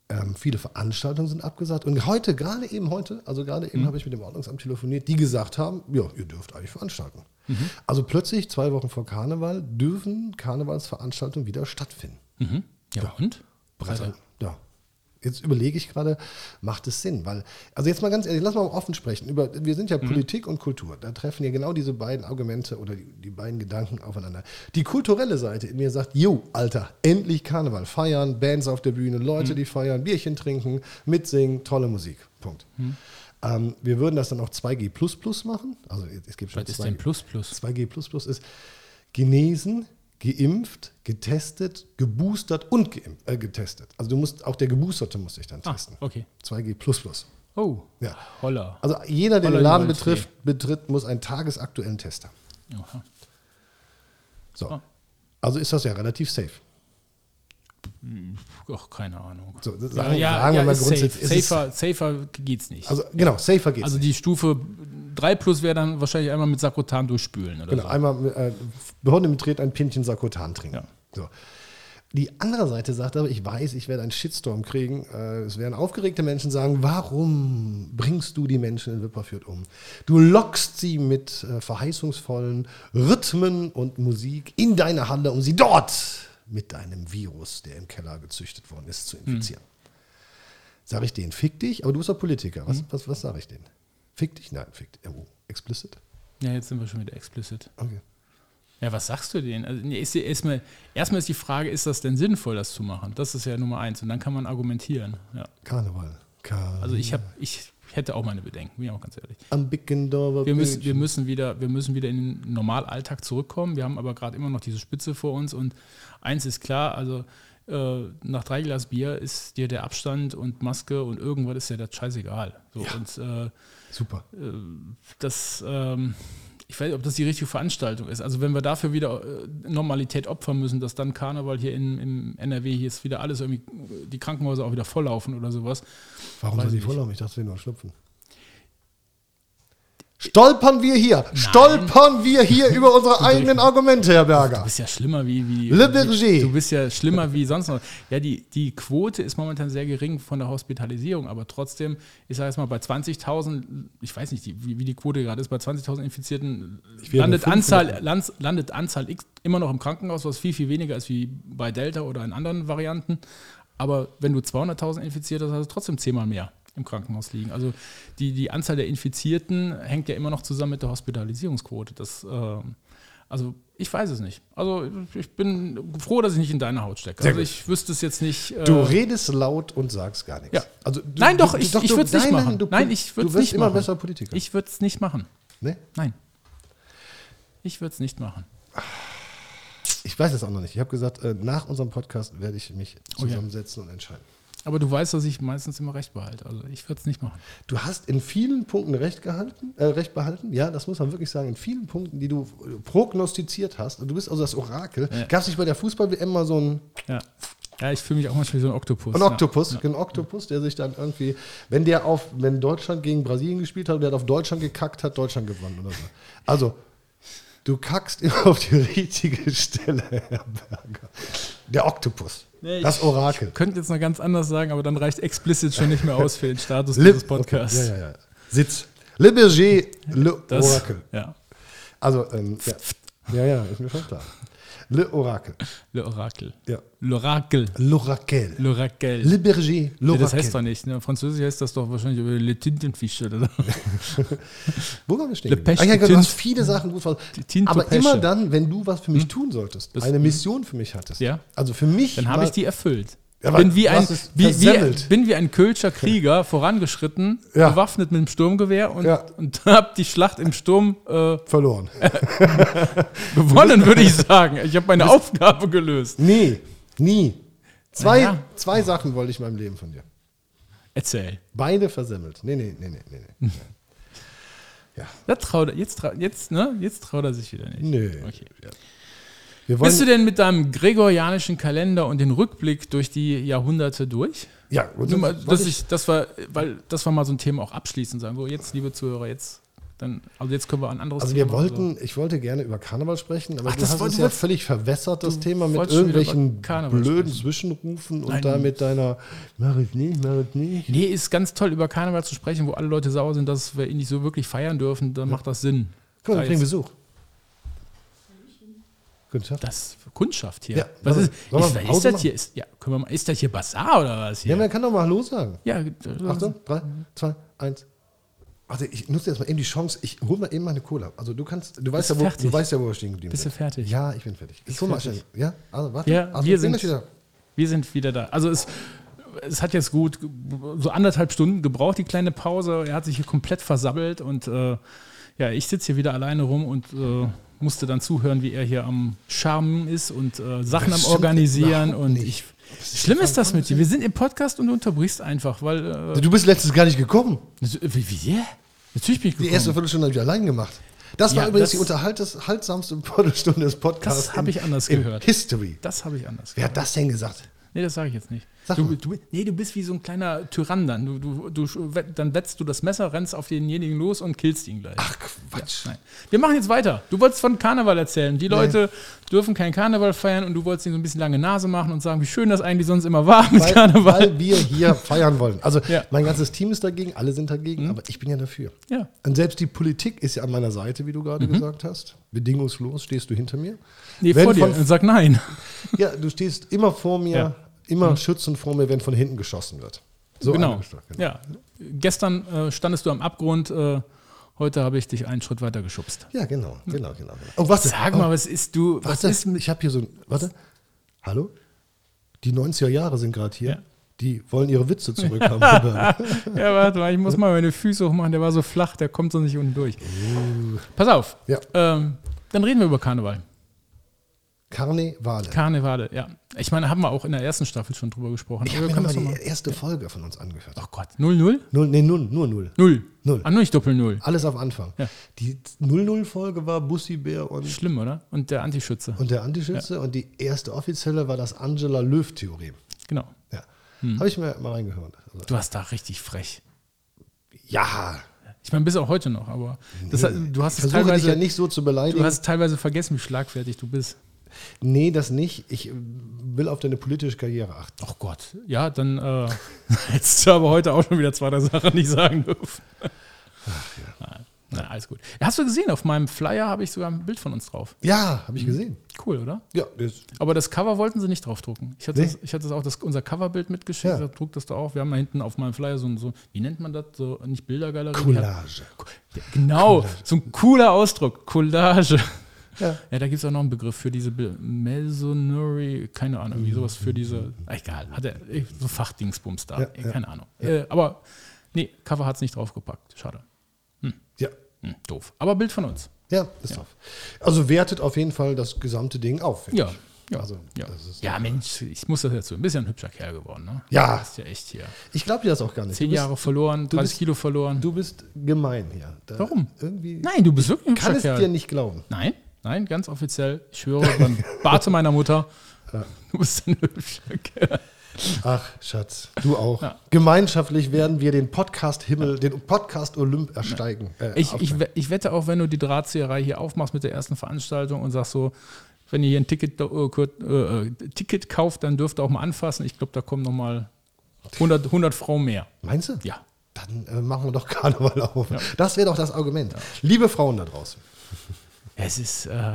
Speaker 1: ähm, viele Veranstaltungen sind abgesagt. Und heute, gerade eben heute, also gerade
Speaker 2: Mhm.
Speaker 1: eben habe ich mit dem Ordnungsamt telefoniert, die gesagt haben, ja, ihr dürft eigentlich veranstalten.
Speaker 2: Mhm.
Speaker 1: Also plötzlich, zwei Wochen vor Karneval, dürfen Karnevalsveranstaltungen wieder stattfinden.
Speaker 2: Mhm. Ja, und?
Speaker 1: Breiter. Ja. Jetzt überlege ich gerade, macht es Sinn? Weil, also jetzt mal ganz ehrlich, lass mal offen sprechen. Über, wir sind ja
Speaker 2: Mhm.
Speaker 1: Politik und Kultur. Da treffen ja genau diese beiden Argumente oder die, die beiden Gedanken aufeinander. Die kulturelle Seite in mir sagt, jo, Alter, endlich Karneval feiern, Bands auf der Bühne,
Speaker 2: Mhm.
Speaker 1: Leute, die feiern, Bierchen trinken, mitsingen, tolle Musik. Punkt.
Speaker 2: Mhm.
Speaker 1: Ähm, wir würden das dann auch 2G machen. Also es gibt schon
Speaker 2: Was ist denn
Speaker 1: 2G++.
Speaker 2: Plus Plus?
Speaker 1: 2G ist genesen, geimpft, getestet, geboostert und geimpft, äh, getestet. Also du musst, auch der Geboosterte muss sich dann
Speaker 2: Ah,
Speaker 1: testen.
Speaker 2: okay.
Speaker 1: 2G.
Speaker 2: Oh.
Speaker 1: Ja.
Speaker 2: Holla.
Speaker 1: Also jeder, der den
Speaker 2: Holla,
Speaker 1: Laden
Speaker 2: die Waldfee.
Speaker 1: betrifft, betritt, muss einen tagesaktuellen Test haben.
Speaker 2: Aha.
Speaker 1: So.
Speaker 2: Ah.
Speaker 1: Also ist das ja relativ safe.
Speaker 2: Ach, keine Ahnung.
Speaker 1: So, das sagen, sagen wir mal grundsätzlich.
Speaker 2: safe,
Speaker 1: ist
Speaker 2: safer, safer geht's nicht.
Speaker 1: es, also genau, safer geht's.
Speaker 2: Also
Speaker 1: nicht.
Speaker 2: die Stufe 3 plus wäre dann wahrscheinlich einmal mit Sakrotan durchspülen oder
Speaker 1: Genau,
Speaker 2: so.
Speaker 1: einmal mit, äh, Behörden im Tret ein Pinchen Sarkotan trinken.
Speaker 2: Ja.
Speaker 1: So. Die andere Seite sagt aber, ich weiß, ich werde einen Shitstorm kriegen. Äh, Es werden aufgeregte Menschen sagen, warum bringst du die Menschen in Wipperfürth um? Du lockst sie mit äh, verheißungsvollen Rhythmen und Musik in deine Halle, um sie dort mit deinem Virus, der im Keller gezüchtet worden ist, zu infizieren. Sag ich denen, fick dich, aber du bist doch Politiker. Was, was, was sage ich denen? Fick dich? Nein, fick dich. Oh, explicit?
Speaker 2: Ja, jetzt sind wir schon wieder explicit.
Speaker 1: Okay.
Speaker 2: Ja, was sagst du denen? Also, nee, ist, die- ist mir, erstmal ist die Frage, ist das denn sinnvoll, das zu machen? Das ist ja Nummer eins. Und dann kann man argumentieren. Ja.
Speaker 1: Karneval. Karneval.
Speaker 2: Also ich, hab, ich hätte auch meine Bedenken, bin ich auch ganz ehrlich.
Speaker 1: Am Bickendorfer
Speaker 2: Wir müssen, wir,
Speaker 1: Bildchen.
Speaker 2: müssen wieder, wir müssen wieder in den Normalalltag zurückkommen. Wir haben aber gerade immer noch diese Spitze vor uns. Und eins ist klar, also äh, nach drei Glas Bier ist dir der Abstand und Maske und irgendwas ist ja das scheißegal. So, Und äh,
Speaker 1: Super.
Speaker 2: das, ähm, ich weiß nicht, ob das die richtige Veranstaltung ist. Also wenn wir dafür wieder äh, Normalität opfern müssen, dass dann Karneval hier in, im NRW hier ist wieder alles irgendwie, die Krankenhäuser auch wieder volllaufen oder sowas.
Speaker 1: Warum
Speaker 2: weiß
Speaker 1: soll die
Speaker 2: ich
Speaker 1: Vorlauf? Ich dachte, wir nur schlüpfen. Stolpern wir hier, stolpern wir hier über unsere eigenen Argumente, Herr Berger.
Speaker 2: Du bist ja schlimmer wie, wie
Speaker 1: Le
Speaker 2: wie,
Speaker 1: Berger.
Speaker 2: Du bist ja schlimmer wie sonst noch. Ja, die, die Quote ist momentan sehr gering von der Hospitalisierung, aber trotzdem, ich sage jetzt mal, bei 20.000, ich weiß nicht, die, wie, wie die Quote gerade ist, bei 20.000 Infizierten
Speaker 1: wäre
Speaker 2: landet
Speaker 1: nur 500.
Speaker 2: Anzahl, lands- landet Anzahl X immer noch im Krankenhaus, was viel, viel weniger ist wie bei Delta oder in anderen Varianten. Aber wenn du 200.000 Infizierte hast, hast du trotzdem zehnmal mehr im Krankenhaus liegen. Also die, die Anzahl der Infizierten hängt ja immer noch zusammen mit der Hospitalisierungsquote. Das, ähm, also ich weiß es nicht. Also ich bin froh, dass ich nicht in deine Haut stecke. Also
Speaker 1: gut.
Speaker 2: ich wüsste es jetzt nicht. äh,
Speaker 1: Du redest laut und sagst gar nichts.
Speaker 2: Ja.
Speaker 1: Also, du,
Speaker 2: Nein, doch,
Speaker 1: du-
Speaker 2: ich-
Speaker 1: du-
Speaker 2: ich würd's nicht
Speaker 1: nein,
Speaker 2: machen.
Speaker 1: Nein, du,
Speaker 2: Nein, ich würd's
Speaker 1: du wirst
Speaker 2: nicht
Speaker 1: immer
Speaker 2: machen.
Speaker 1: besser Politiker.
Speaker 2: ich würde es nicht machen.
Speaker 1: ne?
Speaker 2: Nein. Ich würde es nicht machen.
Speaker 1: ich weiß es auch noch nicht. Ich habe gesagt, äh, nach unserem Podcast werde ich mich
Speaker 2: Oh ja.
Speaker 1: zusammensetzen und entscheiden.
Speaker 2: Aber du weißt, dass ich meistens immer recht behalte. Also ich würde es nicht machen.
Speaker 1: Du hast in vielen Punkten recht gehalten, äh, recht behalten. Ja, das muss man wirklich sagen. In vielen Punkten, die du äh, prognostiziert hast. Du bist also das Orakel.
Speaker 2: Ja.
Speaker 1: Gab es nicht bei der Fußball-WM mal so einen,
Speaker 2: Ja, ja ich fühle mich auch manchmal wie so ein Oktopus.
Speaker 1: einen
Speaker 2: Ja.
Speaker 1: Oktopus, einen Oktopus, der sich dann irgendwie, wenn der auf, wenn Deutschland gegen Brasilien gespielt hat, und der hat auf Deutschland gekackt, hat Deutschland gewonnen oder so. Also, du kackst immer auf die richtige Stelle, Herr Berger. Der Oktopus.
Speaker 2: Nee, ich-
Speaker 1: das Orakel.
Speaker 2: Ich könnte jetzt noch ganz anders sagen, aber dann reicht explicit schon nicht mehr aus für den Status
Speaker 1: Le-
Speaker 2: dieses Podcasts.
Speaker 1: Okay, ja, ja, ja. Sitz. Le Berger, Le
Speaker 2: Das,
Speaker 1: Orakel.
Speaker 2: Ja,
Speaker 1: Also, ähm, ja. ja, ja, ist mir schon klar. Le Orakel.
Speaker 2: Le Orakel.
Speaker 1: Ja.
Speaker 2: L'Oracle.
Speaker 1: L'Orakel.
Speaker 2: L'Oracle.
Speaker 1: Le Berger,
Speaker 2: Nee, das heißt
Speaker 1: L'Orakel.
Speaker 2: doch nicht. Ne? Französisch heißt das doch wahrscheinlich äh, Le Tintenfisch oder so.
Speaker 1: Wo waren wir stehen?
Speaker 2: Le
Speaker 1: geblieben?
Speaker 2: Pech
Speaker 1: Ah, ja,
Speaker 2: de
Speaker 1: du hast
Speaker 2: Tint.
Speaker 1: viele Sachen gut ver-
Speaker 2: Die Tinte
Speaker 1: Aber
Speaker 2: Pesche.
Speaker 1: immer dann, wenn du was für mich tun solltest,
Speaker 2: Hm? Das-
Speaker 1: eine Mission für mich hattest.
Speaker 2: Ja.
Speaker 1: Also für mich.
Speaker 2: Dann habe
Speaker 1: war-
Speaker 2: ich die erfüllt.
Speaker 1: Ja, aber
Speaker 2: bin, wie
Speaker 1: du
Speaker 2: ein,
Speaker 1: hast es
Speaker 2: wie, wie,
Speaker 1: versemmelt.
Speaker 2: bin wie ein Kölscher Krieger vorangeschritten,
Speaker 1: Ja.
Speaker 2: bewaffnet mit dem Sturmgewehr und,
Speaker 1: Ja.
Speaker 2: und habe die Schlacht im Sturm äh,
Speaker 1: verloren.
Speaker 2: gewonnen, würde ich sagen. Ich habe meine Aufgabe gelöst.
Speaker 1: nee, nie. Zwei,
Speaker 2: Naja.
Speaker 1: zwei Sachen wollte ich in meinem Leben von dir.
Speaker 2: Erzähl.
Speaker 1: Beide versemmelt. Nee, nee, nee, nee, nee. nee. ja.
Speaker 2: Da traut er, jetzt, trau, jetzt, ne? jetzt traut er sich wieder nicht.
Speaker 1: Nee.
Speaker 2: Hm. Okay.
Speaker 1: Wir wollen,
Speaker 2: Bist du denn mit deinem gregorianischen Kalender und den Rückblick durch die Jahrhunderte durch?
Speaker 1: ja, und
Speaker 2: Nur mal,
Speaker 1: wollte
Speaker 2: dass ich, das war, weil das war mal so ein Thema auch abschließend sagen. So, jetzt, liebe Zuhörer, jetzt, dann, also jetzt können wir ein anderes
Speaker 1: Also wir
Speaker 2: Thema-
Speaker 1: wollten, ich wollte gerne über Karneval sprechen, aber
Speaker 2: Ach,
Speaker 1: du
Speaker 2: das
Speaker 1: hast
Speaker 2: wollte-
Speaker 1: es ja völlig verwässert, das Thema, mit
Speaker 2: wolltest schon wieder über
Speaker 1: irgendwelchen
Speaker 2: Karneval
Speaker 1: blöden Zwischenrufen und
Speaker 2: Nein.
Speaker 1: da mit deiner Mach ich nicht, mach ich nicht.
Speaker 2: Nee, ist ganz toll, über Karneval zu sprechen, wo alle Leute sauer sind, dass wir ihn nicht so wirklich feiern dürfen, dann macht das Sinn.
Speaker 1: Guck mal,
Speaker 2: Da
Speaker 1: wir kriegen
Speaker 2: jetzt-
Speaker 1: Besuch. Guten Tag.
Speaker 2: das für Kundschaft hier.
Speaker 1: Ja,
Speaker 2: was
Speaker 1: sollen wir-
Speaker 2: ist,
Speaker 1: sollen wir
Speaker 2: ist, ist,
Speaker 1: Pause
Speaker 2: das
Speaker 1: machen?
Speaker 2: hier? Ist, ja, können wir mal, ist das hier Bazaar oder was
Speaker 1: Ja,
Speaker 2: hier?
Speaker 1: man kann doch mal Hallo sagen.
Speaker 2: Ja,
Speaker 1: Achtung, drei, zwei, eins. Warte, ich nutze jetzt mal eben die Chance. Ich hole mal eben meine Cola. Also du kannst, du weißt, ja,
Speaker 2: Bist
Speaker 1: wo,
Speaker 2: fertig?
Speaker 1: du weißt ja, wo wir stehen geblieben
Speaker 2: Bist du
Speaker 1: sind.
Speaker 2: fertig?
Speaker 1: Ja, ich bin fertig. Ich
Speaker 2: Bist
Speaker 1: hol mal
Speaker 2: fertig?
Speaker 1: schnell- Ja, also warte.
Speaker 2: Ja,
Speaker 1: also,
Speaker 2: wir
Speaker 1: ich bin
Speaker 2: sind-
Speaker 1: gleich wieder.
Speaker 2: Wir sind wieder da. Also es, es hat jetzt gut so anderthalb Stunden gebraucht, die kleine Pause. Er hat sich hier komplett versabbelt und äh, ja, ich sitze hier wieder alleine rum und äh, musste dann zuhören, wie er hier am Charmen ist und äh, Sachen
Speaker 1: Das
Speaker 2: am
Speaker 1: stimmt
Speaker 2: Organisieren.
Speaker 1: überhaupt
Speaker 2: Und
Speaker 1: nicht.
Speaker 2: ich, schlimm ist das mit dir. Wir sind im Podcast und du unterbrichst einfach, weil. Äh,
Speaker 1: Du bist letztens gar nicht gekommen.
Speaker 2: wie, wie? Yeah? Natürlich bin ich
Speaker 1: Die erste
Speaker 2: gekommen.
Speaker 1: Viertelstunde habe ich allein gemacht. Das war
Speaker 2: Ja,
Speaker 1: übrigens
Speaker 2: das-
Speaker 1: die unterhaltsamste Viertelstunde des Podcasts.
Speaker 2: Das habe
Speaker 1: in-
Speaker 2: ich anders
Speaker 1: in
Speaker 2: gehört.
Speaker 1: History.
Speaker 2: Das habe ich anders.
Speaker 1: Wer hat das denn gesagt?
Speaker 2: Nee, das sage ich jetzt nicht.
Speaker 1: Sag
Speaker 2: du,
Speaker 1: mal.
Speaker 2: du, nee, du bist wie so ein kleiner Tyrann dann. Du, du, du, sch- dann wetzt du das Messer, rennst auf denjenigen los und killst ihn gleich.
Speaker 1: Ach, Quatsch.
Speaker 2: Nein. Wir machen jetzt weiter. Du wolltest von Karneval erzählen. Die Leute dürfen keinen Karneval feiern und du wolltest ihnen so ein bisschen lange Nase machen und sagen, wie schön das eigentlich sonst immer war mit
Speaker 1: weil,
Speaker 2: Karneval.
Speaker 1: weil wir hier feiern wollen. Also
Speaker 2: Ja. Mhm.
Speaker 1: mein ganzes Team ist dagegen, alle sind dagegen, aber ich bin ja dafür.
Speaker 2: Ja.
Speaker 1: Und selbst die Politik ist ja an meiner Seite, wie du gerade
Speaker 2: Mhm.
Speaker 1: gesagt hast. Bedingungslos stehst du hinter mir.
Speaker 2: Nee,
Speaker 1: Wenn
Speaker 2: vor dir
Speaker 1: von-
Speaker 2: und sag nein.
Speaker 1: Ja, du stehst immer vor mir,
Speaker 2: Ja. Mhm.
Speaker 1: immer schützend vor mir, wenn von hinten geschossen wird. So
Speaker 2: genau.
Speaker 1: eingestellt, genau.
Speaker 2: Ja. Gestern äh, standest du am Abgrund, äh, heute habe ich dich einen Schritt weiter geschubst.
Speaker 1: Ja, genau, genau, genau. genau. Oh, warte.
Speaker 2: Sag
Speaker 1: oh,
Speaker 2: mal, was ist du? Was
Speaker 1: warte.
Speaker 2: ist mit.
Speaker 1: ich habe hier so ein. Warte. Hallo? Die 90er Jahre sind gerade hier.
Speaker 2: Ja.
Speaker 1: Die wollen ihre Witze zurückhaben.
Speaker 2: Ja, warte mal, ich muss mal meine Füße hochmachen, der war so flach, der kommt sonst nicht unten durch. Pass auf.
Speaker 1: Äh. Ja.
Speaker 2: Ähm, dann reden wir über Karneval.
Speaker 1: Karnevale.
Speaker 2: Karnevale, ja. Ich meine, haben wir auch in der ersten Staffel schon drüber gesprochen.
Speaker 1: Ich
Speaker 2: aber
Speaker 1: habe mir
Speaker 2: wir können
Speaker 1: nochmal
Speaker 2: das noch
Speaker 1: die
Speaker 2: mal-
Speaker 1: erste Folge von uns angehört.
Speaker 2: Oh Gott, 0-0?
Speaker 1: Null, nee, null, nur null.
Speaker 2: Null.
Speaker 1: Null.
Speaker 2: Ah, nur nicht Doppel-Null.
Speaker 1: Alles auf Anfang.
Speaker 2: Ja.
Speaker 1: Die 0-0-Folge war Bussi-Bär und,
Speaker 2: Schlimm, oder? Und der Antischütze.
Speaker 1: und der Antischütze und die erste offizielle war das Angela-Löw-Theorem.
Speaker 2: Genau.
Speaker 1: Ja. Habe ich mir mal reingehört. Also,
Speaker 2: Du warst da richtig frech.
Speaker 1: ja,
Speaker 2: Ich meine, bis auch heute noch, aber das, du hast
Speaker 1: ich versuche
Speaker 2: es
Speaker 1: dich
Speaker 2: teilweise.
Speaker 1: ja nicht so zu beleidigen.
Speaker 2: du hast es teilweise vergessen, wie schlagfertig du bist.
Speaker 1: nee, das nicht. Ich äh, will auf deine politische Karriere achten.
Speaker 2: Oh Gott. Ja, dann äh, hättest du aber heute auch schon wieder zwei, drei Sachen nicht sagen dürfen. Na, alles gut. Hast du gesehen, auf meinem Flyer habe ich sogar ein Bild von uns drauf.
Speaker 1: Ja, habe ich gesehen.
Speaker 2: Cool, oder?
Speaker 1: Ja, das,
Speaker 2: Aber das Cover wollten sie nicht draufdrucken. Ich hatte,
Speaker 1: Nee.
Speaker 2: das, ich hatte das auch das, unser Coverbild mitgeschickt,
Speaker 1: Ja.
Speaker 2: ja. druckt das da auch. Wir haben da hinten auf meinem Flyer so ein, so, wie nennt man das? So, nicht Bildergalerie.
Speaker 1: Collage.
Speaker 2: Ja, genau, so ein cooler Ausdruck. Collage.
Speaker 1: Ja.
Speaker 2: Ja, da gibt es auch noch einen Begriff für diese Bil- Masonry, keine Ahnung, irgendwie sowas für diese, ah, egal, hat er, eh, so Fachdingsbums da,
Speaker 1: Ja,
Speaker 2: eh,
Speaker 1: ja.
Speaker 2: keine Ahnung. Äh, aber, nee, Cover hat es nicht draufgepackt, schade.
Speaker 1: Ja,
Speaker 2: Hm, doof. Aber Bild von uns.
Speaker 1: ja, ist drauf. Also wertet auf jeden Fall das gesamte Ding auf. finde
Speaker 2: Ja,
Speaker 1: ich.
Speaker 2: ja,
Speaker 1: Also,
Speaker 2: ja.
Speaker 1: Das ist,
Speaker 2: ja, Mensch, ich muss das dazu, ein bisschen ein hübscher Kerl geworden, ne?
Speaker 1: Ja.
Speaker 2: Das ist ja echt hier.
Speaker 1: Ich glaube dir das auch gar nicht.
Speaker 2: Zehn
Speaker 1: Du bist-
Speaker 2: Jahre verloren,
Speaker 1: du
Speaker 2: 30
Speaker 1: bist-
Speaker 2: Kilo verloren.
Speaker 1: Du bist gemein hier. Da
Speaker 2: Warum?
Speaker 1: Irgendwie
Speaker 2: nein, du bist wirklich ein
Speaker 1: kann
Speaker 2: hübscher
Speaker 1: es
Speaker 2: Kerl.
Speaker 1: dir nicht glauben.
Speaker 2: Nein, nein, ganz offiziell. Ich schwöre beim Barte meiner Mutter, du bist ein hübscher Kerl.
Speaker 1: Ach, Schatz, du auch.
Speaker 2: Ja.
Speaker 1: Gemeinschaftlich werden wir den Podcast-Himmel, den Podcast-Olymp ersteigen. Äh,
Speaker 2: Ich, ich,
Speaker 1: aufsteigen.
Speaker 2: we- ich wette auch, wenn du die Drahtzieherei hier aufmachst mit der ersten Veranstaltung und sagst so, wenn ihr hier ein Ticket, äh, kurz- äh, äh, Ticket kauft, dann dürft ihr auch mal anfassen. Ich glaube, da kommen nochmal 100, 100 Frauen mehr.
Speaker 1: Meinst du?
Speaker 2: Ja.
Speaker 1: Dann äh, machen wir doch Karneval auf. Das wäre doch das Argument. Liebe Frauen da draußen,
Speaker 2: Es ist äh,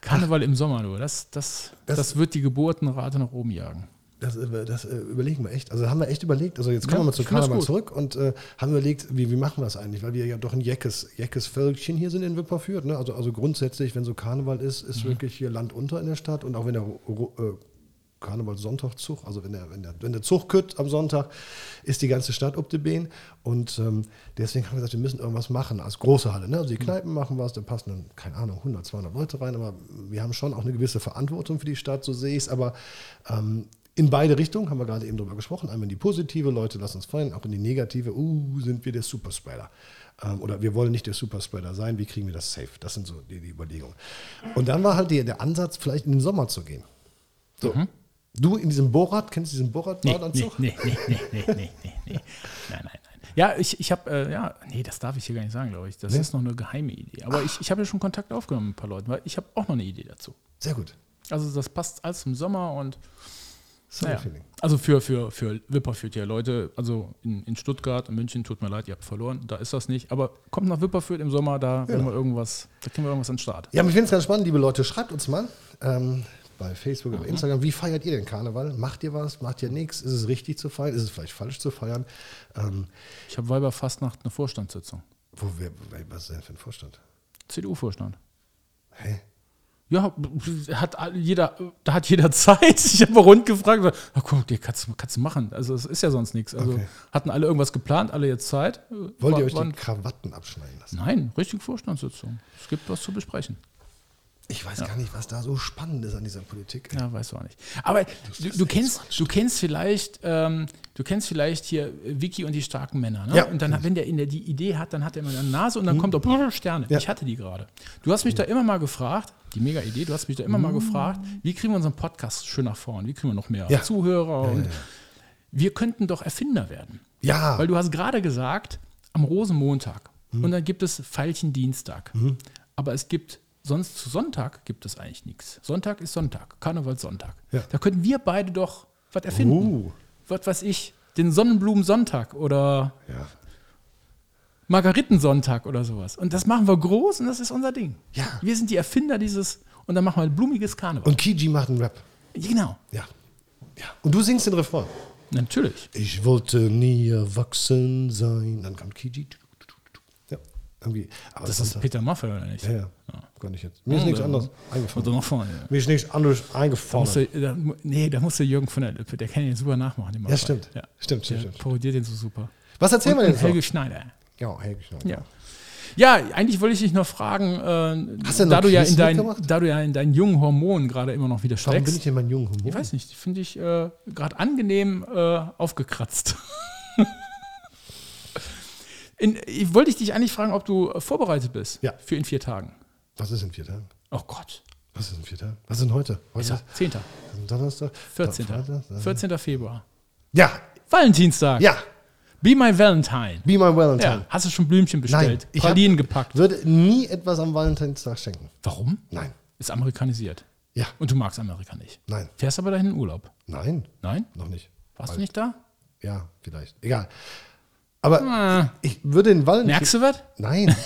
Speaker 2: Karneval im Sommer nur. Das, das,
Speaker 1: Das-
Speaker 2: das, wird die Geburtenrate nach oben jagen.
Speaker 1: das, äh, das äh, überlegen wir echt. Also haben wir echt überlegt. Also jetzt kommen
Speaker 2: Ja,
Speaker 1: wir mal zu
Speaker 2: ich find das
Speaker 1: Karneval
Speaker 2: gut.
Speaker 1: zurück und äh, haben überlegt, wie, wie machen wir das eigentlich? Weil wir ja doch ein jeckes, jeckes Völkchen hier sind in Wipperfürth. Ne? Also, also grundsätzlich, wenn so Karneval ist,
Speaker 2: Mhm.
Speaker 1: ist wirklich hier Land unter in der Stadt und auch wenn der Ro- Ro- äh, Karneval-Sonntagszug, also wenn der, wenn, der, wenn der Zug kütt am Sonntag, ist die ganze Stadt ob die Bein. Und ähm, deswegen haben wir gesagt, wir müssen irgendwas machen als große Halle. Ne? Also
Speaker 2: Mhm.
Speaker 1: die Kneipen machen was, da passen dann, keine Ahnung, 100, 200 Leute rein, aber wir haben schon auch eine gewisse Verantwortung für die Stadt, so sehe ich es. Aber ähm, in beide Richtungen haben wir gerade eben drüber gesprochen. Einmal in die positive, Leute lassen uns feiern, auch in die negative, uh, sind wir der Superspreader. Ähm, oder wir wollen nicht der Superspreader sein, wie kriegen wir das safe? Das sind so die, die Überlegungen. Und dann war halt die, der Ansatz, vielleicht in den Sommer zu gehen. So. Du in diesem Borat, kennst du diesen Borat-Badeanzug?
Speaker 2: nee, nee, nee, nee, nee, nee, nee. Nein, nein, nein. Ja, ich, ich habe, äh, ja, nee, das darf ich hier gar nicht sagen, glaube ich. Das ist noch eine geheime Idee. Aber ich, ich habe ja schon Kontakt aufgenommen mit ein paar Leuten, weil ich habe auch noch eine Idee dazu.
Speaker 1: Sehr gut.
Speaker 2: Also das passt alles zum Sommer und naja.
Speaker 1: Summerfeeling.
Speaker 2: also für, für, für Wipperfürth ja Leute, also in, in Stuttgart, in München, tut mir leid, ihr habt verloren, da ist das nicht. Aber kommt nach Wipperfürth im Sommer, da werden wir irgendwas, da kriegen wir irgendwas an den Start.
Speaker 1: Ja, aber ich finde es ganz spannend, liebe Leute. Schreibt uns mal ähm, bei Facebook oder Instagram, wie feiert ihr den Karneval? Macht ihr was? Macht ihr nichts? Ist es richtig zu feiern? Ist es vielleicht falsch zu feiern? Ähm,
Speaker 2: Ich habe Weiberfastnacht eine Vorstandssitzung.
Speaker 1: wo, wer, wer- was ist denn für ein Vorstand?
Speaker 2: CDU-Vorstand.
Speaker 1: Hä?
Speaker 2: Ja, hat all- jeder, da hat jeder Zeit. Ich habe rund gefragt, gesagt, na guck, dir kannst, du- kannst du machen. Also es ist ja sonst nichts. Also
Speaker 1: Okay.
Speaker 2: hatten alle irgendwas geplant, alle jetzt Zeit.
Speaker 1: Wollt
Speaker 2: War-
Speaker 1: ihr euch die
Speaker 2: waren-
Speaker 1: Krawatten abschneiden lassen?
Speaker 2: Nein, richtig Vorstandssitzung. Es gibt was zu besprechen.
Speaker 1: Ich weiß gar nicht, was da so spannend ist an dieser Politik.
Speaker 2: Ja, weißt du auch nicht. Aber du, du kennst, du kennst vielleicht, ähm, du kennst vielleicht hier äh, Vicky und die starken Männer. Ne?
Speaker 1: Ja. Mhm.
Speaker 2: Und dann, wenn der in der die Idee hat, dann hat er immer eine Nase und dann kommt er brr, Sterne.
Speaker 1: Ja. Mhm.
Speaker 2: Ich hatte die gerade. Du hast mich da immer mal gefragt, die mega Idee. Du hast mich da immer mal gefragt, wie kriegen wir unseren Podcast schön nach vorn? Wie kriegen wir noch mehr
Speaker 1: Ja.
Speaker 2: Zuhörer? Und wir könnten doch Erfinder werden.
Speaker 1: Ja,
Speaker 2: Weil du hast gerade gesagt, am Rosenmontag.
Speaker 1: Mhm.
Speaker 2: Und dann gibt es Veilchen Dienstag. Aber es gibt sonst zu Sonntag gibt es eigentlich nichts. Sonntag ist Sonntag, Karnevalssonntag.
Speaker 1: Ja.
Speaker 2: Da könnten wir beide doch was erfinden.
Speaker 1: Oh.
Speaker 2: Was weiß ich, den Sonnenblumensonntag oder
Speaker 1: ja.
Speaker 2: Margaritensonntag oder sowas. Und das machen wir groß und das ist unser Ding.
Speaker 1: Ja.
Speaker 2: Wir sind die Erfinder dieses und dann machen wir ein blumiges Karneval.
Speaker 1: Und Kiji macht einen Rap.
Speaker 2: genau,
Speaker 1: Ja. ja. Und du singst den Refrain.
Speaker 2: natürlich.
Speaker 1: Ich wollte nie erwachsen sein. Dann kommt Kiji. Ja, irgendwie. Aber
Speaker 2: Das ist Peter Maffay, oder nicht?
Speaker 1: Ja, ja. Kann ich jetzt. Mir ist nichts
Speaker 2: Ja,
Speaker 1: anderes
Speaker 2: Also
Speaker 1: eingefallen.
Speaker 2: noch vorne. Ja.
Speaker 1: Mir ist nichts anderes
Speaker 2: Da musst
Speaker 1: eingefallen.
Speaker 2: du, da, mu- nee, da musste Jürgen von der Lippe, der kann den super nachmachen. Den Maffay.
Speaker 1: stimmt.
Speaker 2: Ja.
Speaker 1: Stimmt, stimmt,
Speaker 2: der
Speaker 1: stimmt.
Speaker 2: parodiert den so super.
Speaker 1: Was erzählen wir denn
Speaker 2: Und Helge
Speaker 1: jetzt?
Speaker 2: Schneider.
Speaker 1: noch? Ja, Helge Schneider.
Speaker 2: Ja. ja, eigentlich wollte ich dich noch fragen, äh,
Speaker 1: Hast du noch
Speaker 2: da, du ja
Speaker 1: Quiz
Speaker 2: in dein,
Speaker 1: mitgemacht?
Speaker 2: da du ja in deinen jungen Hormonen gerade immer noch wieder
Speaker 1: Warum bin ich
Speaker 2: steckst.
Speaker 1: denn mein jungen Humor?
Speaker 2: Ich weiß nicht, finde ich äh, gerade angenehm äh, aufgekratzt. in, ich wollte ich dich eigentlich fragen, ob du äh, vorbereitet bist
Speaker 1: Ja.
Speaker 2: für in vier Tagen.
Speaker 1: Was ist in vier Tagen?
Speaker 2: Oh Gott,
Speaker 1: Was ist in vier Tagen? Was ist denn heute? Heute
Speaker 2: ja,
Speaker 1: ist
Speaker 2: 10.
Speaker 1: Donnerstag.
Speaker 2: 14.
Speaker 1: Freitag, Samstag.
Speaker 2: 14. Februar.
Speaker 1: Ja,
Speaker 2: Valentinstag.
Speaker 1: ja.
Speaker 2: Be My Valentine.
Speaker 1: Be my Valentine.
Speaker 2: Ja. Hast du schon Blümchen bestellt?
Speaker 1: ich hab-
Speaker 2: Pralinen gepackt.
Speaker 1: Würde nie etwas am Valentinstag schenken.
Speaker 2: Warum?
Speaker 1: Nein.
Speaker 2: Ist amerikanisiert.
Speaker 1: Ja.
Speaker 2: Und du magst Amerika nicht.
Speaker 1: Nein.
Speaker 2: Fährst aber dahin in Urlaub.
Speaker 1: Nein.
Speaker 2: Nein?
Speaker 1: Noch nicht.
Speaker 2: Warst
Speaker 1: Weil-
Speaker 2: du nicht da?
Speaker 1: Ja, vielleicht. Egal. Aber
Speaker 2: Ah.
Speaker 1: ich würde den Valentinstag.
Speaker 2: Merkst du was?
Speaker 1: Nein.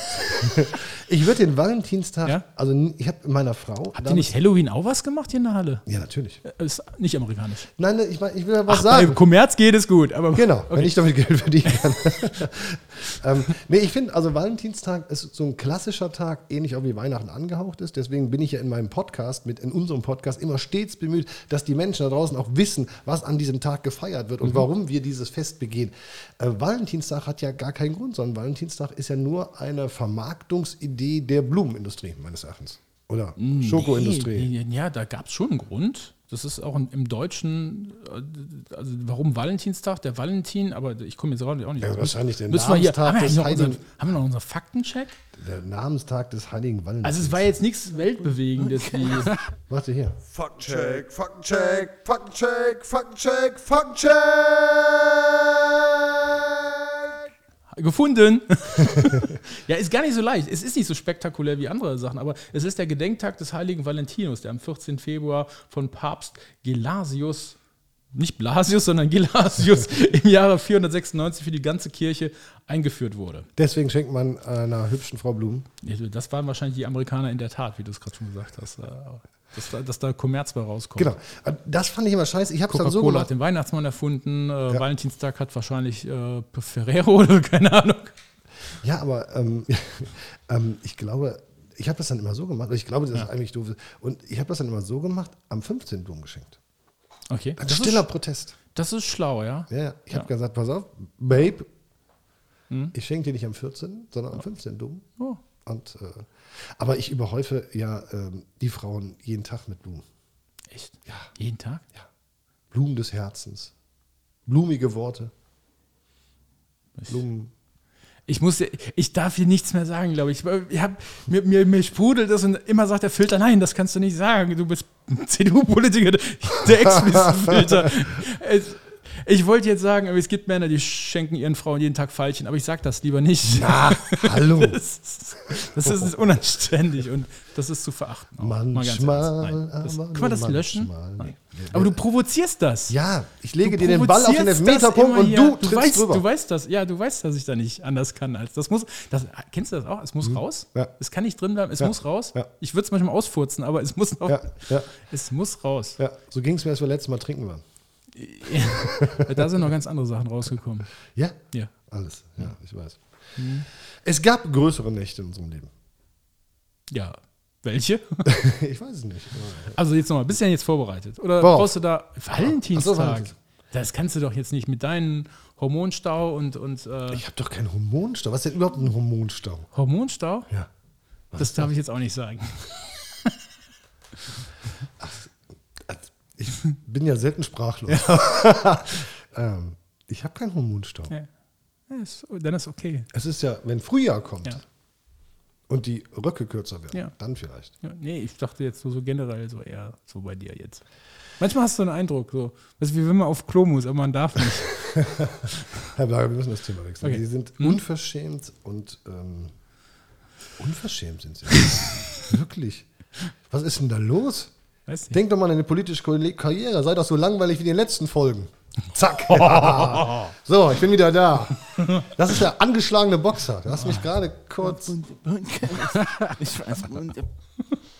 Speaker 1: ich würde den Valentinstag.
Speaker 2: Ja?
Speaker 1: Also n- ich habe meiner Frau.
Speaker 2: Habt ihr nicht Halloween auch was gemacht hier in der Halle? Äh,
Speaker 1: Ja, natürlich.
Speaker 2: Ist nicht amerikanisch.
Speaker 1: Nein, ne, ich, mein, ich will ja was sagen.
Speaker 2: Bei Kommerz geht es gut, aber
Speaker 1: Genau, wenn ich damit Geld verdienen kann. ähm, nee, ich finde, also Valentinstag ist so ein klassischer Tag, ähnlich auch wie Weihnachten angehaucht ist. Deswegen bin ich ja in meinem Podcast, mit in unserem Podcast, immer stets bemüht, dass die Menschen da draußen auch wissen, was an diesem Tag gefeiert
Speaker 2: Mhm.
Speaker 1: wird und warum wir dieses Fest begehen. Äh, Valentinstag hat ja gar keinen Grund, sondern Valentinstag ist ja nur eine Vermarktungsidee der Blumenindustrie, meines Erachtens. Oder Schokoindustrie.
Speaker 2: Mm. Nee, nee, ja, da gab es schon einen Grund. Das ist auch im- im Deutschen, äh, also warum Valentinstag, der Valentin, aber ich komme jetzt gerade auch nicht.
Speaker 1: Ja, wahrscheinlich der
Speaker 2: Müssen wir hier,
Speaker 1: Namenstag
Speaker 2: haben, wir
Speaker 1: des
Speaker 2: eigentlich noch unseren,
Speaker 1: Heiligen-
Speaker 2: haben wir noch unseren Faktencheck?
Speaker 1: Der Namenstag des heiligen Valentinstags.
Speaker 2: Also es war jetzt nichts Weltbewegendes. wie-
Speaker 1: Warte hier.
Speaker 3: Faktencheck, Faktencheck, Faktencheck, Faktencheck, Faktencheck!
Speaker 2: Gefunden! ja, ist gar nicht so leicht. Es ist nicht so spektakulär wie andere Sachen, aber es ist der Gedenktag des heiligen Valentinus, der am 14. Februar von Papst Gelasius, nicht Blasius, sondern Gelasius im Jahre 496 für die ganze Kirche eingeführt wurde.
Speaker 1: Deswegen schenkt man einer hübschen Frau Blumen.
Speaker 2: Das waren wahrscheinlich die Amerikaner in der Tat, wie du es gerade schon gesagt hast. äh, Dass da, dass da Kommerz bei rauskommt.
Speaker 1: Genau. Das fand ich immer scheiße. Ich habe es dann so
Speaker 2: Coca-Cola hat
Speaker 1: gemacht.
Speaker 2: den Weihnachtsmann erfunden, äh, Valentinstag hat wahrscheinlich äh, Ferrero oder keine Ahnung.
Speaker 1: Ja, aber ähm, ähm, ich glaube, ich habe das dann immer so gemacht. Ich glaube, das ist eigentlich doof. Und ich habe das dann immer so gemacht, am 15. Blumen geschenkt.
Speaker 2: Okay.
Speaker 1: Ein
Speaker 2: Das
Speaker 1: stiller
Speaker 2: ist,
Speaker 1: Protest.
Speaker 2: das ist schlau, ja.
Speaker 1: Also Ja, ja. Ich
Speaker 2: Ja. Hm?
Speaker 1: habe gesagt, pass auf, Babe, ich schenke dir nicht am 14., sondern am 15. Blumen.
Speaker 2: Oh.
Speaker 1: Und, äh, aber ich überhäufe ja ähm, die Frauen jeden Tag mit Blumen.
Speaker 2: Echt? Jeden Tag?
Speaker 1: Blumen des Herzens. Blumige Worte. Blumen.
Speaker 2: Ich muss, ich darf hier nichts mehr sagen, glaube ich. ich hab, mir, mir, mir sprudelt das und immer sagt der Filter, nein, das kannst du nicht sagen. Du bist CDU-Politiker, der Explizit-Filter. Es- Ich wollte jetzt sagen, aber es gibt Männer, die schenken ihren Frauen jeden Tag Pfeilchen, aber ich sag das lieber nicht.
Speaker 1: Ah, hallo.
Speaker 2: Das ist, das ist unanständig und das ist zu verachten. auch. Mal ganz
Speaker 1: Manchmal,
Speaker 2: ernst. Nein, das,
Speaker 1: aber
Speaker 2: kann man das
Speaker 1: nur
Speaker 2: löschen?
Speaker 1: manchmal.
Speaker 2: Nein.
Speaker 1: Nee.
Speaker 2: Aber du provozierst das.
Speaker 1: Ja, ich
Speaker 2: Du
Speaker 1: lege dir den Ball auf den
Speaker 2: provozierst
Speaker 1: Elfmeterpunkt
Speaker 2: das
Speaker 1: und
Speaker 2: immer
Speaker 1: du
Speaker 2: hier.
Speaker 1: trittst
Speaker 2: weißt,
Speaker 1: drüber.
Speaker 2: Du weißt das, ja, du weißt, dass ich da nicht anders kann als das muss. Das, kennst du das auch? Es muss raus.
Speaker 1: Mhm. Ja.
Speaker 2: Es kann nicht drin bleiben. Es
Speaker 1: Ja.
Speaker 2: muss raus.
Speaker 1: Ja.
Speaker 2: Ich würde es manchmal ausfurzen, aber es muss auch,
Speaker 1: Ja, ja.
Speaker 2: es muss raus.
Speaker 1: ja, so ging es mir, als wir letztes Mal trinken waren.
Speaker 2: da sind noch ganz andere Sachen rausgekommen.
Speaker 1: Ja,
Speaker 2: Ja.
Speaker 1: alles. Ja, ich weiß.
Speaker 2: Mhm.
Speaker 1: Es gab größere Nächte in unserem Leben.
Speaker 2: Ja. Welche?
Speaker 1: ich weiß es nicht.
Speaker 2: Also jetzt nochmal, bist du denn jetzt vorbereitet? Oder
Speaker 1: Warum?
Speaker 2: brauchst du da Valentinstag?
Speaker 1: Ach so, Valentin.
Speaker 2: Das kannst du doch jetzt nicht mit deinem Hormonstau und, und äh,
Speaker 1: Ich habe doch keinen Hormonstau. Was ist denn überhaupt ein Hormonstau?
Speaker 2: Hormonstau?
Speaker 1: Ja.
Speaker 2: Das darf ich jetzt auch nicht sagen.
Speaker 1: bin ja selten sprachlos. ähm, ich habe keinen Hormonstau.
Speaker 2: Ja. Ja, ist, dann ist okay.
Speaker 1: Es ist ja, wenn Frühjahr kommt
Speaker 2: Ja.
Speaker 1: und die Röcke kürzer werden,
Speaker 2: Ja.
Speaker 1: dann vielleicht.
Speaker 2: Ja, nee, ich dachte jetzt so, so generell so eher so bei dir jetzt. Manchmal hast du einen Eindruck, so, das ist wie wenn man auf Klo muss, aber man darf nicht.
Speaker 1: Herr Blager, wir müssen das Thema wechseln.
Speaker 2: Okay.
Speaker 1: Sie sind unverschämt und ähm, unverschämt sind sie. Wirklich. Was ist denn da los?
Speaker 2: Weißt du?
Speaker 1: Denk doch mal an eine politische Ko- Karriere. Sei doch so langweilig wie in den letzten Folgen. Zack.
Speaker 2: Oh.
Speaker 1: so, ich bin wieder da. Das ist der angeschlagene Boxer. Du hast mich gerade kurz.
Speaker 4: Ich weiß. nicht.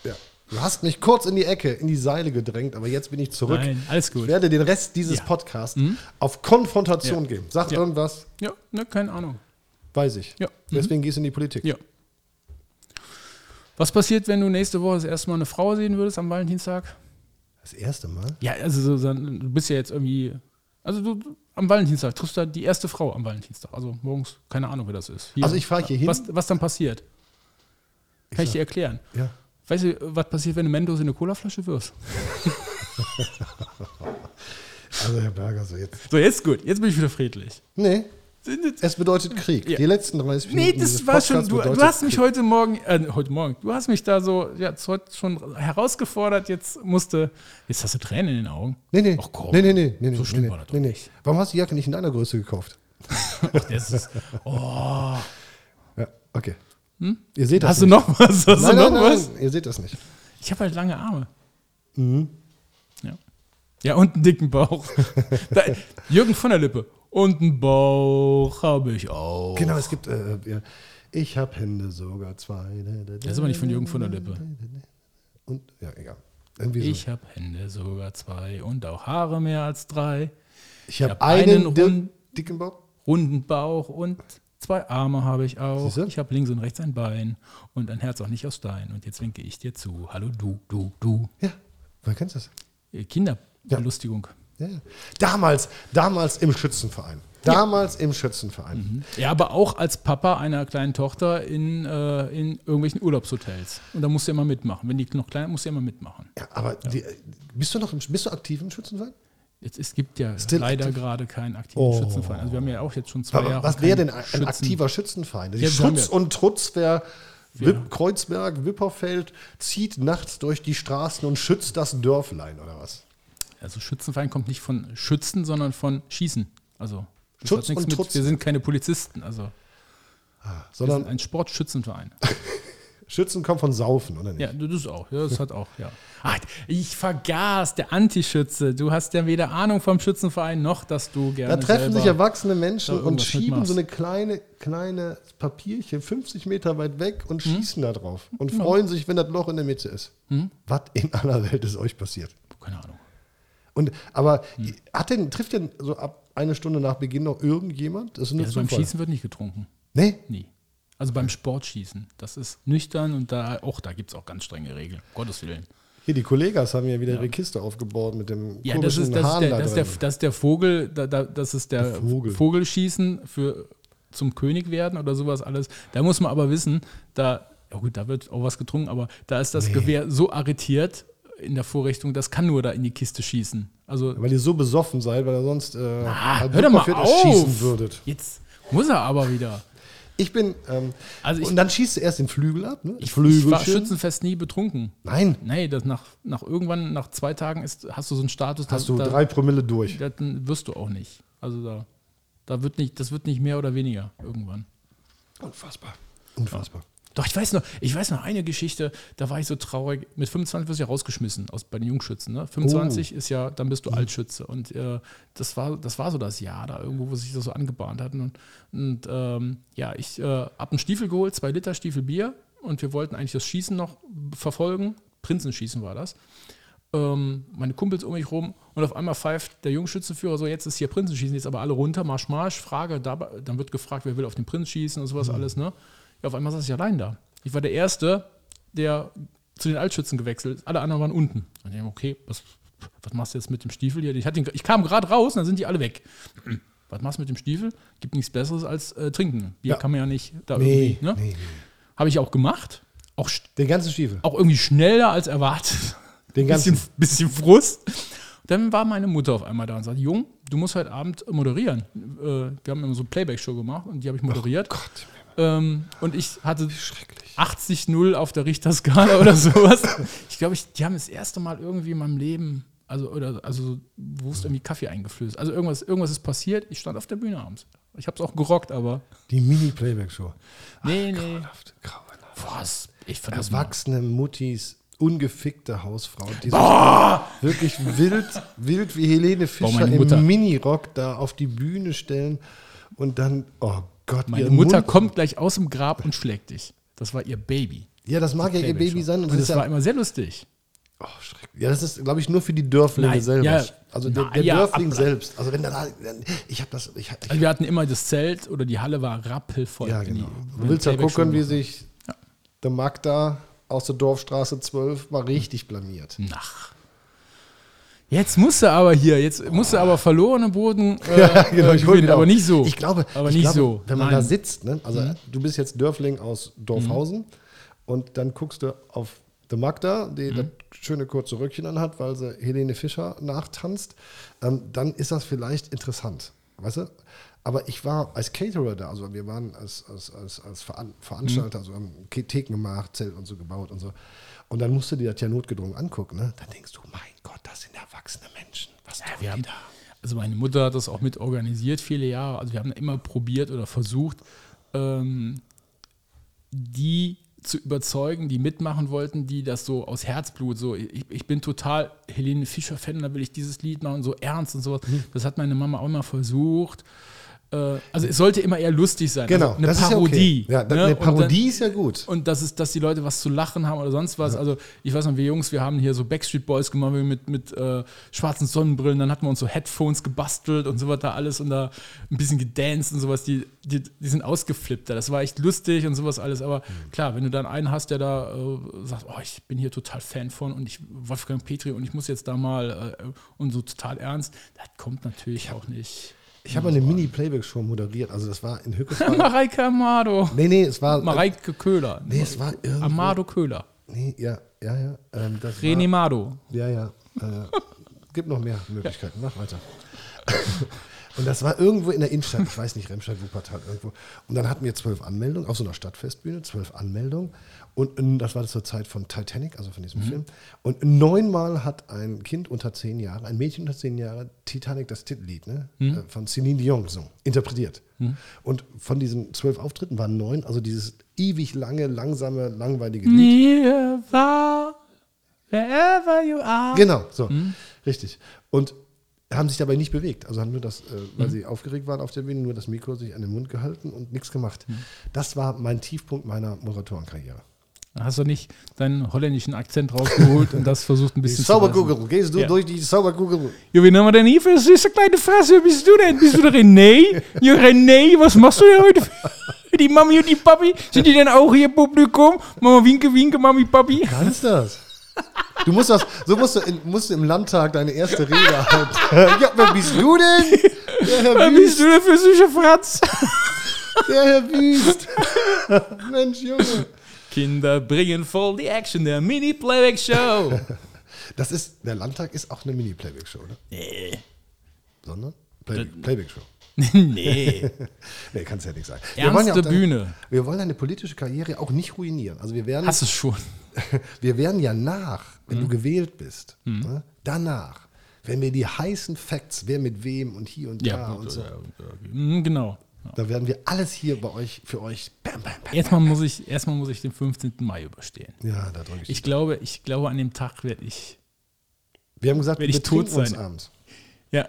Speaker 1: Ja. Du hast mich kurz in die Ecke, in die Seile gedrängt, aber jetzt bin ich zurück.
Speaker 2: Nein, alles gut.
Speaker 1: Ich werde den Rest dieses
Speaker 2: Ja. Mhm.
Speaker 1: Podcasts auf Konfrontation
Speaker 2: Ja.
Speaker 1: geben. Sag
Speaker 2: Ja.
Speaker 1: irgendwas,
Speaker 2: Ja, ne, keine Ahnung.
Speaker 1: weiß ich.
Speaker 2: Ja. Mhm.
Speaker 1: Deswegen gehst du in die Politik.
Speaker 2: Ja. Was passiert, wenn du nächste Woche das erste Mal eine Frau sehen würdest am Valentinstag?
Speaker 1: Das erste Mal?
Speaker 2: Ja, also so, dann- du bist ja jetzt irgendwie. Also du- du am Valentinstag triffst du die erste Frau am Valentinstag. Also morgens, keine Ahnung, wer das ist. Hier.
Speaker 1: Also ich fahr hier hin.
Speaker 2: Was, was dann passiert? Kann ich dir erklären.
Speaker 1: Ja.
Speaker 2: Weißt du, was passiert, wenn du Mentos in eine Colaflasche wirfst?
Speaker 1: Also Herr Berger, so jetzt.
Speaker 2: So, jetzt gut, jetzt bin ich wieder friedlich.
Speaker 1: Nee, es bedeutet Krieg.
Speaker 2: Ja.
Speaker 1: Die letzten 30 Minuten.
Speaker 2: Nee, das
Speaker 1: dieses
Speaker 2: war
Speaker 1: Podcasts
Speaker 2: schon, du, du
Speaker 1: bedeutet
Speaker 2: hast mich
Speaker 1: Krieg.
Speaker 2: heute Morgen, äh, heute Morgen, du hast mich da so, ja, zu- heute schon herausgefordert, jetzt musste, jetzt hast du Tränen in den Augen.
Speaker 1: Nee, nee.
Speaker 2: Ach komm.
Speaker 1: nee, nee, nee, nee, nee,
Speaker 2: So schlimm
Speaker 1: nee,
Speaker 2: war das doch
Speaker 1: nee, nee. Warum hast du die Jacke nicht in deiner Größe gekauft?
Speaker 2: Ach, das ist, oh.
Speaker 1: Ja, okay. Ihr seht das
Speaker 2: Hm?
Speaker 1: nicht.
Speaker 2: Hast du noch was? Hast
Speaker 1: Nein,
Speaker 2: du noch
Speaker 1: nein, nein, Mhm.
Speaker 2: was?
Speaker 1: nein, ihr seht das nicht.
Speaker 2: Ich habe halt lange Arme. Ja. Ja, und einen dicken Bauch. da, Jürgen von der Lippe. Und einen Bauch habe ich auch.
Speaker 1: Genau, es gibt. Äh, ja. ich habe Hände sogar zwei.
Speaker 2: Das ist aber nicht von Jürgen von der Lippe.
Speaker 1: Und, ja, egal. Irgendwie so.
Speaker 2: Ich habe Hände sogar zwei und auch Haare mehr als drei.
Speaker 1: Ich habe
Speaker 2: hab
Speaker 1: einen,
Speaker 2: einen
Speaker 1: di-
Speaker 2: Hund-
Speaker 1: dicken Bock.
Speaker 2: Runden Bauch und zwei Arme habe ich auch.
Speaker 1: Siehste?
Speaker 2: Ich habe links und rechts ein Bein und ein Herz auch nicht aus Stein. Und jetzt winke ich dir zu. Hallo du, du, du.
Speaker 1: Ja, woher kennst du das?
Speaker 2: Äh, Kinderbelustigung.
Speaker 1: Ja. ja. Damals, damals im Schützenverein. Damals im Schützenverein.
Speaker 2: Ja, aber auch als Papa einer kleinen Tochter in, äh, in irgendwelchen Urlaubshotels. Und da musst du immer mitmachen. Wenn die noch klein ist, musst du immer mitmachen.
Speaker 1: Ja, aber Die, bist du noch im, bist du aktiv im Schützenverein?
Speaker 2: Jetzt, es gibt ja
Speaker 1: Still
Speaker 2: leider
Speaker 1: active.
Speaker 2: gerade keinen aktiven
Speaker 1: Oh.
Speaker 2: Schützenverein. Also wir haben ja auch jetzt schon zwei
Speaker 1: Aber
Speaker 2: Jahre.
Speaker 1: was wäre
Speaker 2: keinen
Speaker 1: denn ein
Speaker 2: Schützen-
Speaker 1: aktiver Schützenverein? Die
Speaker 2: Ja, wir
Speaker 1: Schutz
Speaker 2: haben
Speaker 1: und Trutz wäre Wipp, Kreuzberg, Wipperfeld, zieht nachts durch die Straßen und schützt das Dörflein oder was?
Speaker 2: Also Schützenverein kommt nicht von Schützen, sondern von Schießen. Also das
Speaker 1: Schutz
Speaker 2: hat nichts
Speaker 1: und Trutz.
Speaker 2: Wir sind keine Polizisten. Also wir sind
Speaker 1: Sondern
Speaker 2: ein Sportschützenverein.
Speaker 1: Schützen kommen von Saufen, oder nicht?
Speaker 2: Ja, du- das auch. Ja, das hat auch, ja. Ach, Ah, ich vergaß, der Antischütze. Du hast ja weder Ahnung vom Schützenverein, noch dass du gerne
Speaker 1: Da treffen
Speaker 2: selber
Speaker 1: sich erwachsene Menschen
Speaker 2: da
Speaker 1: und
Speaker 2: irgendwas
Speaker 1: schieben so
Speaker 2: mitmachst.
Speaker 1: eine kleine, kleine Papierchen 50 Meter weit weg und
Speaker 2: Hm?
Speaker 1: schießen da drauf und freuen sich, wenn das Loch in der Mitte ist. Was in aller Welt ist euch passiert?
Speaker 2: Keine Ahnung.
Speaker 1: Und aber
Speaker 2: Hm.
Speaker 1: hat denn, trifft denn so ab eine Stunde nach Beginn noch irgendjemand? Das ist nur
Speaker 2: Ja, also beim
Speaker 1: Zufall.
Speaker 2: Schießen wird nicht getrunken.
Speaker 1: Nee?
Speaker 2: Nie. Also beim Sportschießen. Das ist nüchtern und da auch da gibt es auch ganz strenge Regeln. Um Gottes Willen.
Speaker 1: Hier, die Kollegas haben ja wieder ihre Kiste aufgebaut mit dem
Speaker 2: Ja, das
Speaker 1: komischen
Speaker 2: ist, das, ist
Speaker 1: Hahn
Speaker 2: der,
Speaker 1: da
Speaker 2: das, ist der,
Speaker 1: drin.
Speaker 2: das ist der Vogel, da, da, das ist der,
Speaker 1: Vogel.
Speaker 2: Vogelschießen für zum König werden oder sowas alles. Da muss man aber wissen, da, ja gut, da wird auch was getrunken, aber da ist das Gewehr so arretiert in der Vorrichtung, das kann nur da in die Kiste schießen. Also
Speaker 1: Weil ihr so besoffen seid, weil ihr sonst äh,
Speaker 2: ah,
Speaker 1: halb
Speaker 2: hör doch mal
Speaker 1: Wupperfeld
Speaker 2: auf.
Speaker 1: erschießen würdet.
Speaker 2: Jetzt muss er aber wieder.
Speaker 1: Ich bin. Ähm,
Speaker 2: Also ich-
Speaker 1: und dann schießt du erst den Flügel ab, ne?
Speaker 2: Ich, ich
Speaker 1: Flügelchen.
Speaker 2: war Schützenfest nie betrunken.
Speaker 1: Nein,
Speaker 2: Nee, das nach, nach irgendwann, nach zwei Tagen ist, hast du so einen Status,
Speaker 1: hast du
Speaker 2: da,
Speaker 1: drei Promille durch.
Speaker 2: da, dann wirst du auch nicht. Also da, da wird nicht, das wird nicht mehr oder weniger irgendwann.
Speaker 1: Unfassbar. Unfassbar.
Speaker 2: Doch, ich weiß noch, ich weiß noch eine Geschichte, da war ich so traurig. Mit 25 wirst du ja rausgeschmissen aus, bei den Jungschützen. Ne? 25 ist ja, dann bist du Altschütze. Und äh, das, war, das war so das Jahr da irgendwo, wo sich das so angebahnt hat. Und, und ähm, ja, ich äh, hab einen Stiefel geholt, zwei Liter Stiefel Bier. Und wir wollten eigentlich das Schießen noch verfolgen. Prinzenschießen war das. Ähm, meine Kumpels um mich rum und auf einmal pfeift der Jungschützenführer so, jetzt ist hier Prinzenschießen, jetzt aber alle runter, Marsch, Marsch, Frage, dabei, dann wird gefragt, wer will auf den Prinz schießen und sowas
Speaker 1: Mhm.
Speaker 2: alles, ne? Ja, auf einmal saß ich allein da. Ich war der Erste, der zu den Altschützen gewechselt ist, alle anderen waren unten. Und ich denk, okay, was, was machst du jetzt mit dem Stiefel hier? Ich, hatte ihn, ich kam gerade raus und dann sind die alle weg. Was machst du mit dem Stiefel? Gibt nichts Besseres als äh, trinken. Bier
Speaker 1: Ja.
Speaker 2: kann man ja nicht da
Speaker 1: Nee,
Speaker 2: irgendwie, ne?
Speaker 1: nee, nee.
Speaker 2: Habe ich auch gemacht, auch st- Oh
Speaker 1: Den ganzen Stiefel.
Speaker 2: auch irgendwie schneller als erwartet.
Speaker 1: Den ganzen.
Speaker 2: bisschen, bisschen Frust. Und Dann war meine Mutter auf einmal da und sagt, Jung, du musst heute Abend moderieren. Äh, wir haben immer so eine Playback-Show gemacht und die habe ich moderiert. Ähm, und ich hatte 80-0 auf der Richterskala oder sowas. Ich glaube, ich, die haben das erste Mal irgendwie in meinem Leben, also, oder, also wo es irgendwie Kaffee eingeflößt. Also irgendwas, irgendwas ist passiert. Ich stand auf der Bühne abends. Ich habe es auch gerockt, aber.
Speaker 1: Die Mini-Playback-Show.
Speaker 2: Nee, nee.
Speaker 1: Grauenhaft.
Speaker 2: Was?
Speaker 1: Äh,
Speaker 2: Ich fand das mal-
Speaker 1: Erwachsene Muttis, ungefickte Hausfrauen, die sich wirklich wild, wild wie Helene Fischer
Speaker 2: meine Mutter.
Speaker 1: im Minirock da auf die Bühne stellen und dann, oh Gott,
Speaker 2: Meine
Speaker 1: ihren
Speaker 2: Mutter
Speaker 1: Mund-
Speaker 2: kommt gleich aus dem Grab und schlägt dich. Das war ihr Baby.
Speaker 1: Ja, das mag ja ihr Baby sein. Und
Speaker 2: Und
Speaker 1: das
Speaker 2: das
Speaker 1: ist
Speaker 2: war
Speaker 1: ja,
Speaker 2: immer sehr lustig.
Speaker 1: oh, schrecklich. ja, das ist, glaube ich, nur für die Dörflinge
Speaker 2: Nein,
Speaker 1: selber.
Speaker 2: ja,
Speaker 1: also der,
Speaker 2: na,
Speaker 1: der
Speaker 2: ja,
Speaker 1: Dörfling
Speaker 2: ab-
Speaker 1: selbst. Also wenn da, ich habe das, ich, ich,
Speaker 2: Also wir hatten immer das Zelt oder die Halle war rappelvoll.
Speaker 1: ja
Speaker 2: wenn die-
Speaker 1: genau.
Speaker 2: wenn
Speaker 1: Du willst
Speaker 2: die
Speaker 1: ja
Speaker 2: Playback-Show
Speaker 1: gucken, wie
Speaker 2: war.
Speaker 1: sich der Magda aus der Dorfstraße 12 mal richtig blamiert.
Speaker 2: Nach. Jetzt musst du aber hier, jetzt musst du aber verlorene Boden. Äh,
Speaker 1: Ja, genau, ich
Speaker 2: äh,
Speaker 1: hol
Speaker 2: gewinnen,
Speaker 1: den
Speaker 2: aber
Speaker 1: auch.
Speaker 2: nicht so.
Speaker 1: Ich glaube,
Speaker 2: aber
Speaker 1: ich
Speaker 2: nicht
Speaker 1: glaube,
Speaker 2: so.
Speaker 1: Wenn man
Speaker 2: Nein. Mhm.
Speaker 1: da sitzt, ne? also du bist jetzt Dörfling aus Dorfhausen und dann guckst du auf The Magda,
Speaker 2: Mhm.
Speaker 1: die das schöne kurze Röckchen anhat, weil sie Helene Fischer nachtanzt, ähm, dann ist das vielleicht interessant, weißt du? Aber ich war als Caterer da, also wir waren als, als, als, als Veran Veranstalter,
Speaker 2: Mhm.
Speaker 1: also haben Theken gemacht, Zelt und so gebaut und so. Und dann musst du dir das ja notgedrungen angucken, ne? Dann denkst du, mein Gott, das sind erwachsene Menschen. Was tun
Speaker 2: wir
Speaker 1: die
Speaker 2: haben,
Speaker 1: da?
Speaker 2: also meine Mutter hat das auch mit organisiert viele Jahre. Also wir haben immer probiert oder versucht, ähm, die zu überzeugen, die mitmachen wollten, die das so aus Herzblut, so ich, ich bin total Helene Fischer-Fan, da will ich dieses Lied machen, so ernst und sowas.
Speaker 1: Mhm.
Speaker 2: Das hat meine Mama auch immer versucht. Äh, Also es sollte immer eher lustig sein.
Speaker 1: Genau,
Speaker 2: also eine
Speaker 1: das
Speaker 2: Parodie.
Speaker 1: Ist ja okay. ja, da-
Speaker 2: ne?
Speaker 1: Eine
Speaker 2: Und dann-
Speaker 1: Parodie ist ja gut.
Speaker 2: und das ist, dass die Leute was zu lachen haben oder sonst was. Also ich weiß noch, wir Jungs, wir haben hier so Backstreet Boys gemacht wir mit, mit äh, schwarzen Sonnenbrillen, dann hatten wir uns so Headphones gebastelt und so was da alles und da ein bisschen gedanced und sowas. Die, die, die sind ausgeflippt. da. Das war echt lustig und sowas alles. Aber
Speaker 1: Mhm.
Speaker 2: klar, wenn du dann einen hast, der da äh, sagt, oh, ich bin hier total Fan von und ich Wolfgang Petri und ich muss jetzt da mal äh, und so total ernst, das kommt natürlich auch nicht.
Speaker 1: Ich habe eine Mini-Playback-Show moderiert. Also das war in Hückeswagen.
Speaker 2: Mareike Amado.
Speaker 1: nee, nee, es war.
Speaker 2: Mareike Köhler.
Speaker 1: Nee, es war irgendwo.
Speaker 2: Amado Köhler.
Speaker 1: Nee, ja, ja, ja. Ähm, das
Speaker 2: René Mado.
Speaker 1: War, ja, ja. Äh, gibt noch mehr Möglichkeiten. Mach weiter. Und das war irgendwo in der Innenstadt, ich weiß nicht, Remscheid, Wuppertal, irgendwo. Und dann hatten wir zwölf Anmeldungen, auf so einer Stadtfestbühne, zwölf Anmeldungen. Und ähm, das war zur Zeit von Titanic, also von diesem Film. Und neunmal hat ein Kind unter zehn Jahren, ein Mädchen unter zehn Jahren, Titanic, das Titellied ne? äh, von Celine Dion gesungen, interpretiert. Und von diesen zwölf Auftritten waren neun, also dieses ewig lange, langsame, langweilige Lied.
Speaker 2: Near, far, wherever you are.
Speaker 1: Genau, so. Richtig. Und haben sich dabei nicht bewegt. Also haben nur das, äh, weil sie aufgeregt waren auf der Bühne, nur das Mikro sich an den Mund gehalten und nichts gemacht. Das war mein Tiefpunkt meiner Moderatorenkarriere.
Speaker 2: Dann Hast du nicht deinen holländischen Akzent rausgeholt und das versucht ein bisschen reißen.
Speaker 1: gehst du
Speaker 2: Ja. durch
Speaker 1: die Zauberkugel.
Speaker 2: Jo, wie nehmen wir denn hier für eine süße kleine Fresse? Wer bist du denn? Bist du der René? Jo, René, was machst du denn heute? Die Mami und die Papi, sind die denn auch hier im Publikum? Mama, winke, winke, Mami, Papi.
Speaker 1: Kannst das? Du musst das, so musst du, in, musst du im Landtag deine erste Rede halten. ja, wer bist du denn? Der Herr
Speaker 2: Was
Speaker 1: Wüst,
Speaker 2: bist du denn für ein süßer Fratz?
Speaker 1: der Herr Wüst. Mensch, Junge.
Speaker 2: Kinder bringen voll die Action der Mini-Playback-Show.
Speaker 1: Das ist, der Landtag ist auch eine Mini-Playback-Show, ne?
Speaker 2: nee.
Speaker 1: Sondern? Play, Playback-Show.
Speaker 2: nee.
Speaker 1: Nee, kannst ja nicht sagen.
Speaker 2: Ernste
Speaker 1: wollen ja auch
Speaker 2: Bühne.
Speaker 1: Wir wollen deine politische Karriere auch nicht ruinieren. Also wir werden,
Speaker 2: Hast Mhm. du schon.
Speaker 1: wir werden ja nach, wenn du gewählt bist,
Speaker 2: Mhm.
Speaker 1: ne, danach, wenn wir die heißen Facts, wer mit wem und hier und da und so,
Speaker 2: Mm, Genau.
Speaker 1: dann werden wir alles hier bei euch, für euch, bam, bam, bam.
Speaker 2: Erstmal muss ich, erstmal muss ich den 15. Mai überstehen.
Speaker 1: Ja, da drücke ich.
Speaker 2: Ich glaube, ich glaube, an dem Tag werde ich.
Speaker 1: Wir haben gesagt,
Speaker 2: Werd ich
Speaker 1: wir
Speaker 2: tot
Speaker 1: betrinken uns
Speaker 2: sein.
Speaker 1: abends.
Speaker 2: Ja.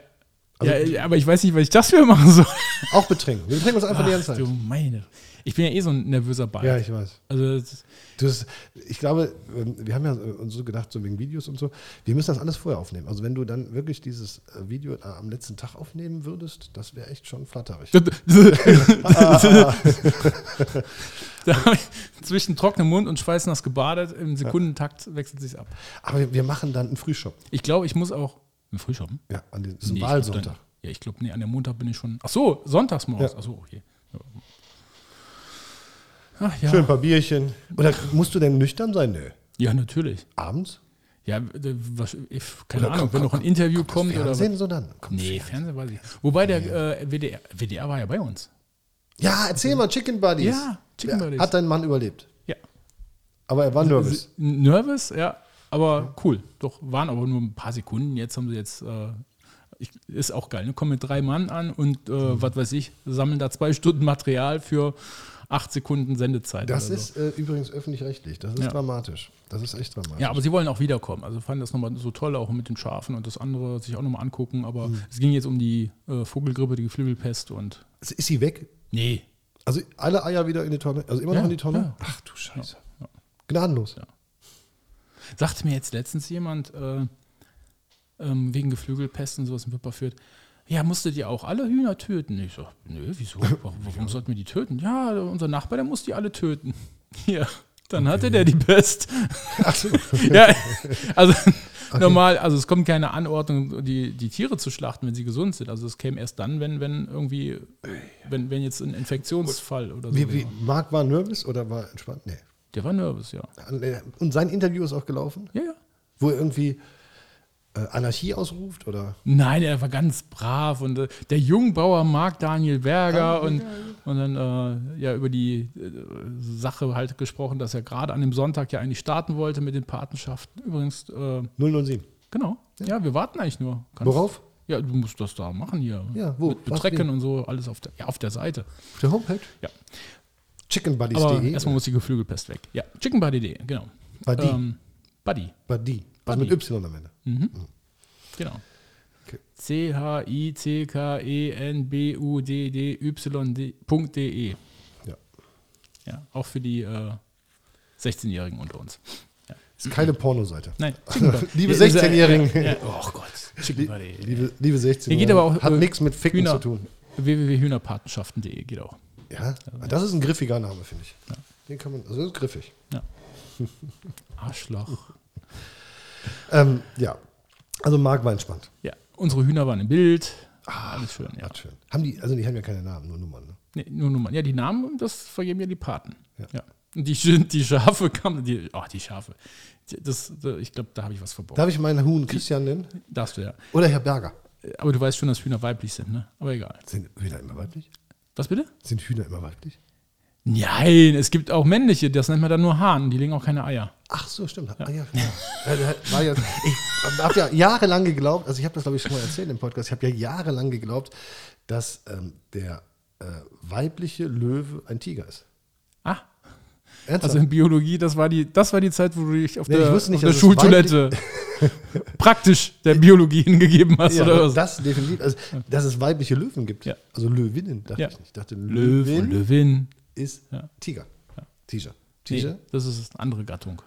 Speaker 1: Also
Speaker 2: ja, aber ich weiß nicht, was ich das für machen soll.
Speaker 1: Auch betrinken. Wir betrinken uns einfach die ganze
Speaker 2: Ach,
Speaker 1: Zeit.
Speaker 2: du meine. Ich bin ja eh so ein nervöser Ball.
Speaker 1: Ja, ich weiß.
Speaker 2: also, das ist-
Speaker 1: Du, Das, ich glaube, ähm, wir haben ja äh, uns so gedacht, so wegen Videos und so, wir müssen das alles vorher aufnehmen. Also wenn du dann wirklich dieses äh, Video äh, am letzten Tag aufnehmen würdest, das wäre echt schon flatterig.
Speaker 2: da hab ich zwischen trockenem Mund und schweißnass gebadet, im Sekundentakt wechselt sich's ab.
Speaker 1: Aber wir- wir machen dann einen Frühshop.
Speaker 2: Ich glaube, ich muss auch. Im Frühschoppen?
Speaker 1: Ja, an den, das ist ein
Speaker 2: Nee, ich glaub,
Speaker 1: Wahlsonntag.
Speaker 2: dann- Ja, ich glaube, nee, an dem Montag bin ich schon. Ach so, sonntags morgens.
Speaker 1: Ja.
Speaker 2: Ach so, okay. Ja. Ach ja.
Speaker 1: Schön ein paar Bierchen. Oder musst du denn nüchtern sein? Nö.
Speaker 2: Ja, natürlich.
Speaker 1: Abends?
Speaker 2: Ja, äh, was, ich, keine
Speaker 1: Oder
Speaker 2: Ahnung,
Speaker 1: kommt-
Speaker 2: wenn noch ein Interview
Speaker 1: kommt
Speaker 2: kommt oder was.
Speaker 1: Fernsehen, so dann. Kommt
Speaker 2: Nee,
Speaker 1: Fernsehen.
Speaker 2: Fernsehen weiß ich. nicht. Wobei der äh, WDR, WDR war ja bei uns.
Speaker 1: Ja, erzähl mal, Chicken Buddies.
Speaker 2: Ja, Chicken
Speaker 1: Ja,
Speaker 2: Buddies.
Speaker 1: Hat dein Mann überlebt?
Speaker 2: Ja.
Speaker 1: Aber er war nervös.
Speaker 2: Nervous, ja, aber cool. Doch, waren aber nur ein paar Sekunden. Jetzt haben sie jetzt, äh, ich, ist auch geil. Ne? Kommen mit drei Mann an und äh,
Speaker 1: Mhm.
Speaker 2: was weiß ich, sammeln da zwei Stunden Material für acht Sekunden Sendezeit.
Speaker 1: Das
Speaker 2: oder so.
Speaker 1: ist äh, übrigens öffentlich-rechtlich. Das ist
Speaker 2: Ja.
Speaker 1: dramatisch. Das ist echt dramatisch.
Speaker 2: Ja, aber sie wollen auch wiederkommen. Also fanden das nochmal so toll, auch mit den Schafen und das andere sich auch nochmal angucken. Aber
Speaker 1: Mhm.
Speaker 2: es ging jetzt um die äh, Vogelgrippe, die Geflügelpest und.
Speaker 1: Ist sie weg?
Speaker 2: Nee.
Speaker 1: Also alle Eier wieder in die Tonne? Also immer
Speaker 2: Ja,
Speaker 1: noch in die Tonne?
Speaker 2: ja.
Speaker 1: Ach du Scheiße. Gnadenlos.
Speaker 2: Sagte mir jetzt letztens jemand, äh, ähm, wegen Geflügelpest und sowas in Wipperfürth, ja, musstet ihr auch alle Hühner töten? Ich so, nö, wieso? Warum, warum sollten wir die töten? Ja, unser Nachbar, der muss die alle töten. Ja, dann hatte der die Pest.
Speaker 1: Ach so.
Speaker 2: ja, also normal, also es kommt keine Anordnung, die, die Tiere zu schlachten, wenn sie gesund sind. Also es käme erst dann, wenn, wenn irgendwie, wenn, wenn jetzt ein Infektionsfall oder so.
Speaker 1: Wie, wie,
Speaker 2: wäre.
Speaker 1: Marc war nervös oder war entspannt? Nee.
Speaker 2: Der war nervös, ja.
Speaker 1: Und sein Interview ist auch gelaufen,
Speaker 2: Ja, ja.
Speaker 1: wo er irgendwie äh, Anarchie ausruft oder
Speaker 2: Nein, er war ganz brav und äh, der Jungbauer mag Daniel Berger und,
Speaker 1: genau.
Speaker 2: und dann äh, ja über die äh, Sache halt gesprochen, dass er gerade an dem Sonntag ja eigentlich starten wollte mit den Patenschaften. Übrigens, äh,
Speaker 1: 007.
Speaker 2: genau. Ja. wir warten eigentlich nur. Kannst-
Speaker 1: Worauf?
Speaker 2: Ja, du musst das da machen hier.
Speaker 1: Ja, wo?
Speaker 2: Mit
Speaker 1: Was
Speaker 2: Betrecken
Speaker 1: denn?
Speaker 2: und so, alles auf der, ja, auf der Seite.
Speaker 1: Auf der Homepage?
Speaker 2: Ja. Aber
Speaker 1: Chickenbuddies.de.
Speaker 2: erstmal muss die Geflügelpest weg. Ja, chickenbuddy.de, genau.
Speaker 1: E, Buddy.
Speaker 2: Ähm, Buddy,
Speaker 1: Buddy. Was mit Y am Ende.
Speaker 2: Mhm. genau.
Speaker 1: Okay.
Speaker 2: E C-H-I-C-K-E-N-B-U-D-D-Y.de.
Speaker 1: Ja.
Speaker 2: E. Ja, auch für die äh, 16-Jährigen unter uns.
Speaker 1: Ist keine Pornoseite.
Speaker 2: Nein, Chicken Buddy.
Speaker 1: Liebe
Speaker 2: Ja, ist er-
Speaker 1: 16-Jährigen.
Speaker 2: Ja, ja. Oh Gott, Chicken Buddy.
Speaker 1: Liebe, liebe 16
Speaker 2: Hier geht aber auch
Speaker 1: Hat
Speaker 2: äh,
Speaker 1: nichts mit Ficken
Speaker 2: Hühner-
Speaker 1: zu tun.
Speaker 2: www.hühnerpatenschaften.de geht auch.
Speaker 1: Ja? Das ist ein griffiger Name, finde ich. Den kann man, also das ist griffig.
Speaker 2: Arschloch.
Speaker 1: Ähm, ja. Also Marc war entspannt.
Speaker 2: Ja, unsere Hühner waren im Bild. Alles schön, ja.
Speaker 1: Hat schön. Haben die, also die haben ja keine Namen, nur Nummern. Ne?
Speaker 2: Nee, nur Nummern. Ja, die Namen, das vergeben ja die Paten.
Speaker 1: Ja.
Speaker 2: Ja. Und die, Sch- die Schafe kamen, die, ach, die Schafe. Die- Das, da- ich glaube, da habe ich was verborgen.
Speaker 1: Darf ich meinen Huhn Christian nennen?
Speaker 2: Darfst du ja.
Speaker 1: Oder Herr Berger?
Speaker 2: Aber du weißt schon, dass Hühner weiblich sind, ne? Aber egal.
Speaker 1: Sind Hühner immer weiblich?
Speaker 2: Was bitte?
Speaker 1: Sind Hühner immer weiblich?
Speaker 2: Nein, es gibt auch männliche, das nennt man dann nur Hahn, die legen auch keine Eier.
Speaker 1: Ach so, stimmt. Ah, ja, klar. Ja, der hat- war ja, ich habe ja jahrelang geglaubt, also ich habe das glaube ich schon mal erzählt im Podcast, ich habe ja jahrelang geglaubt, dass ähm, der äh, weibliche Löwe ein Tiger ist.
Speaker 2: Ah,
Speaker 1: Ernsthaft?
Speaker 2: also in Biologie, das war die, das war die Zeit, wo du dich auf
Speaker 1: Nee, ich
Speaker 2: der, auf
Speaker 1: wusste nicht,
Speaker 2: der
Speaker 1: dass es
Speaker 2: Schultoilette praktisch der Biologie hingegeben hast,
Speaker 1: ja,
Speaker 2: oder was?
Speaker 1: das definitiv. Also, dass es weibliche Löwen gibt.
Speaker 2: Ja.
Speaker 1: Also Löwinnen, dachte
Speaker 2: Ja.
Speaker 1: ich nicht. Ich dachte, Löwin
Speaker 2: Löwen, Löwin.
Speaker 1: ist
Speaker 2: Ja.
Speaker 1: Tiger. Tiger.
Speaker 2: Nee,
Speaker 1: Tiger?
Speaker 2: das ist eine andere Gattung.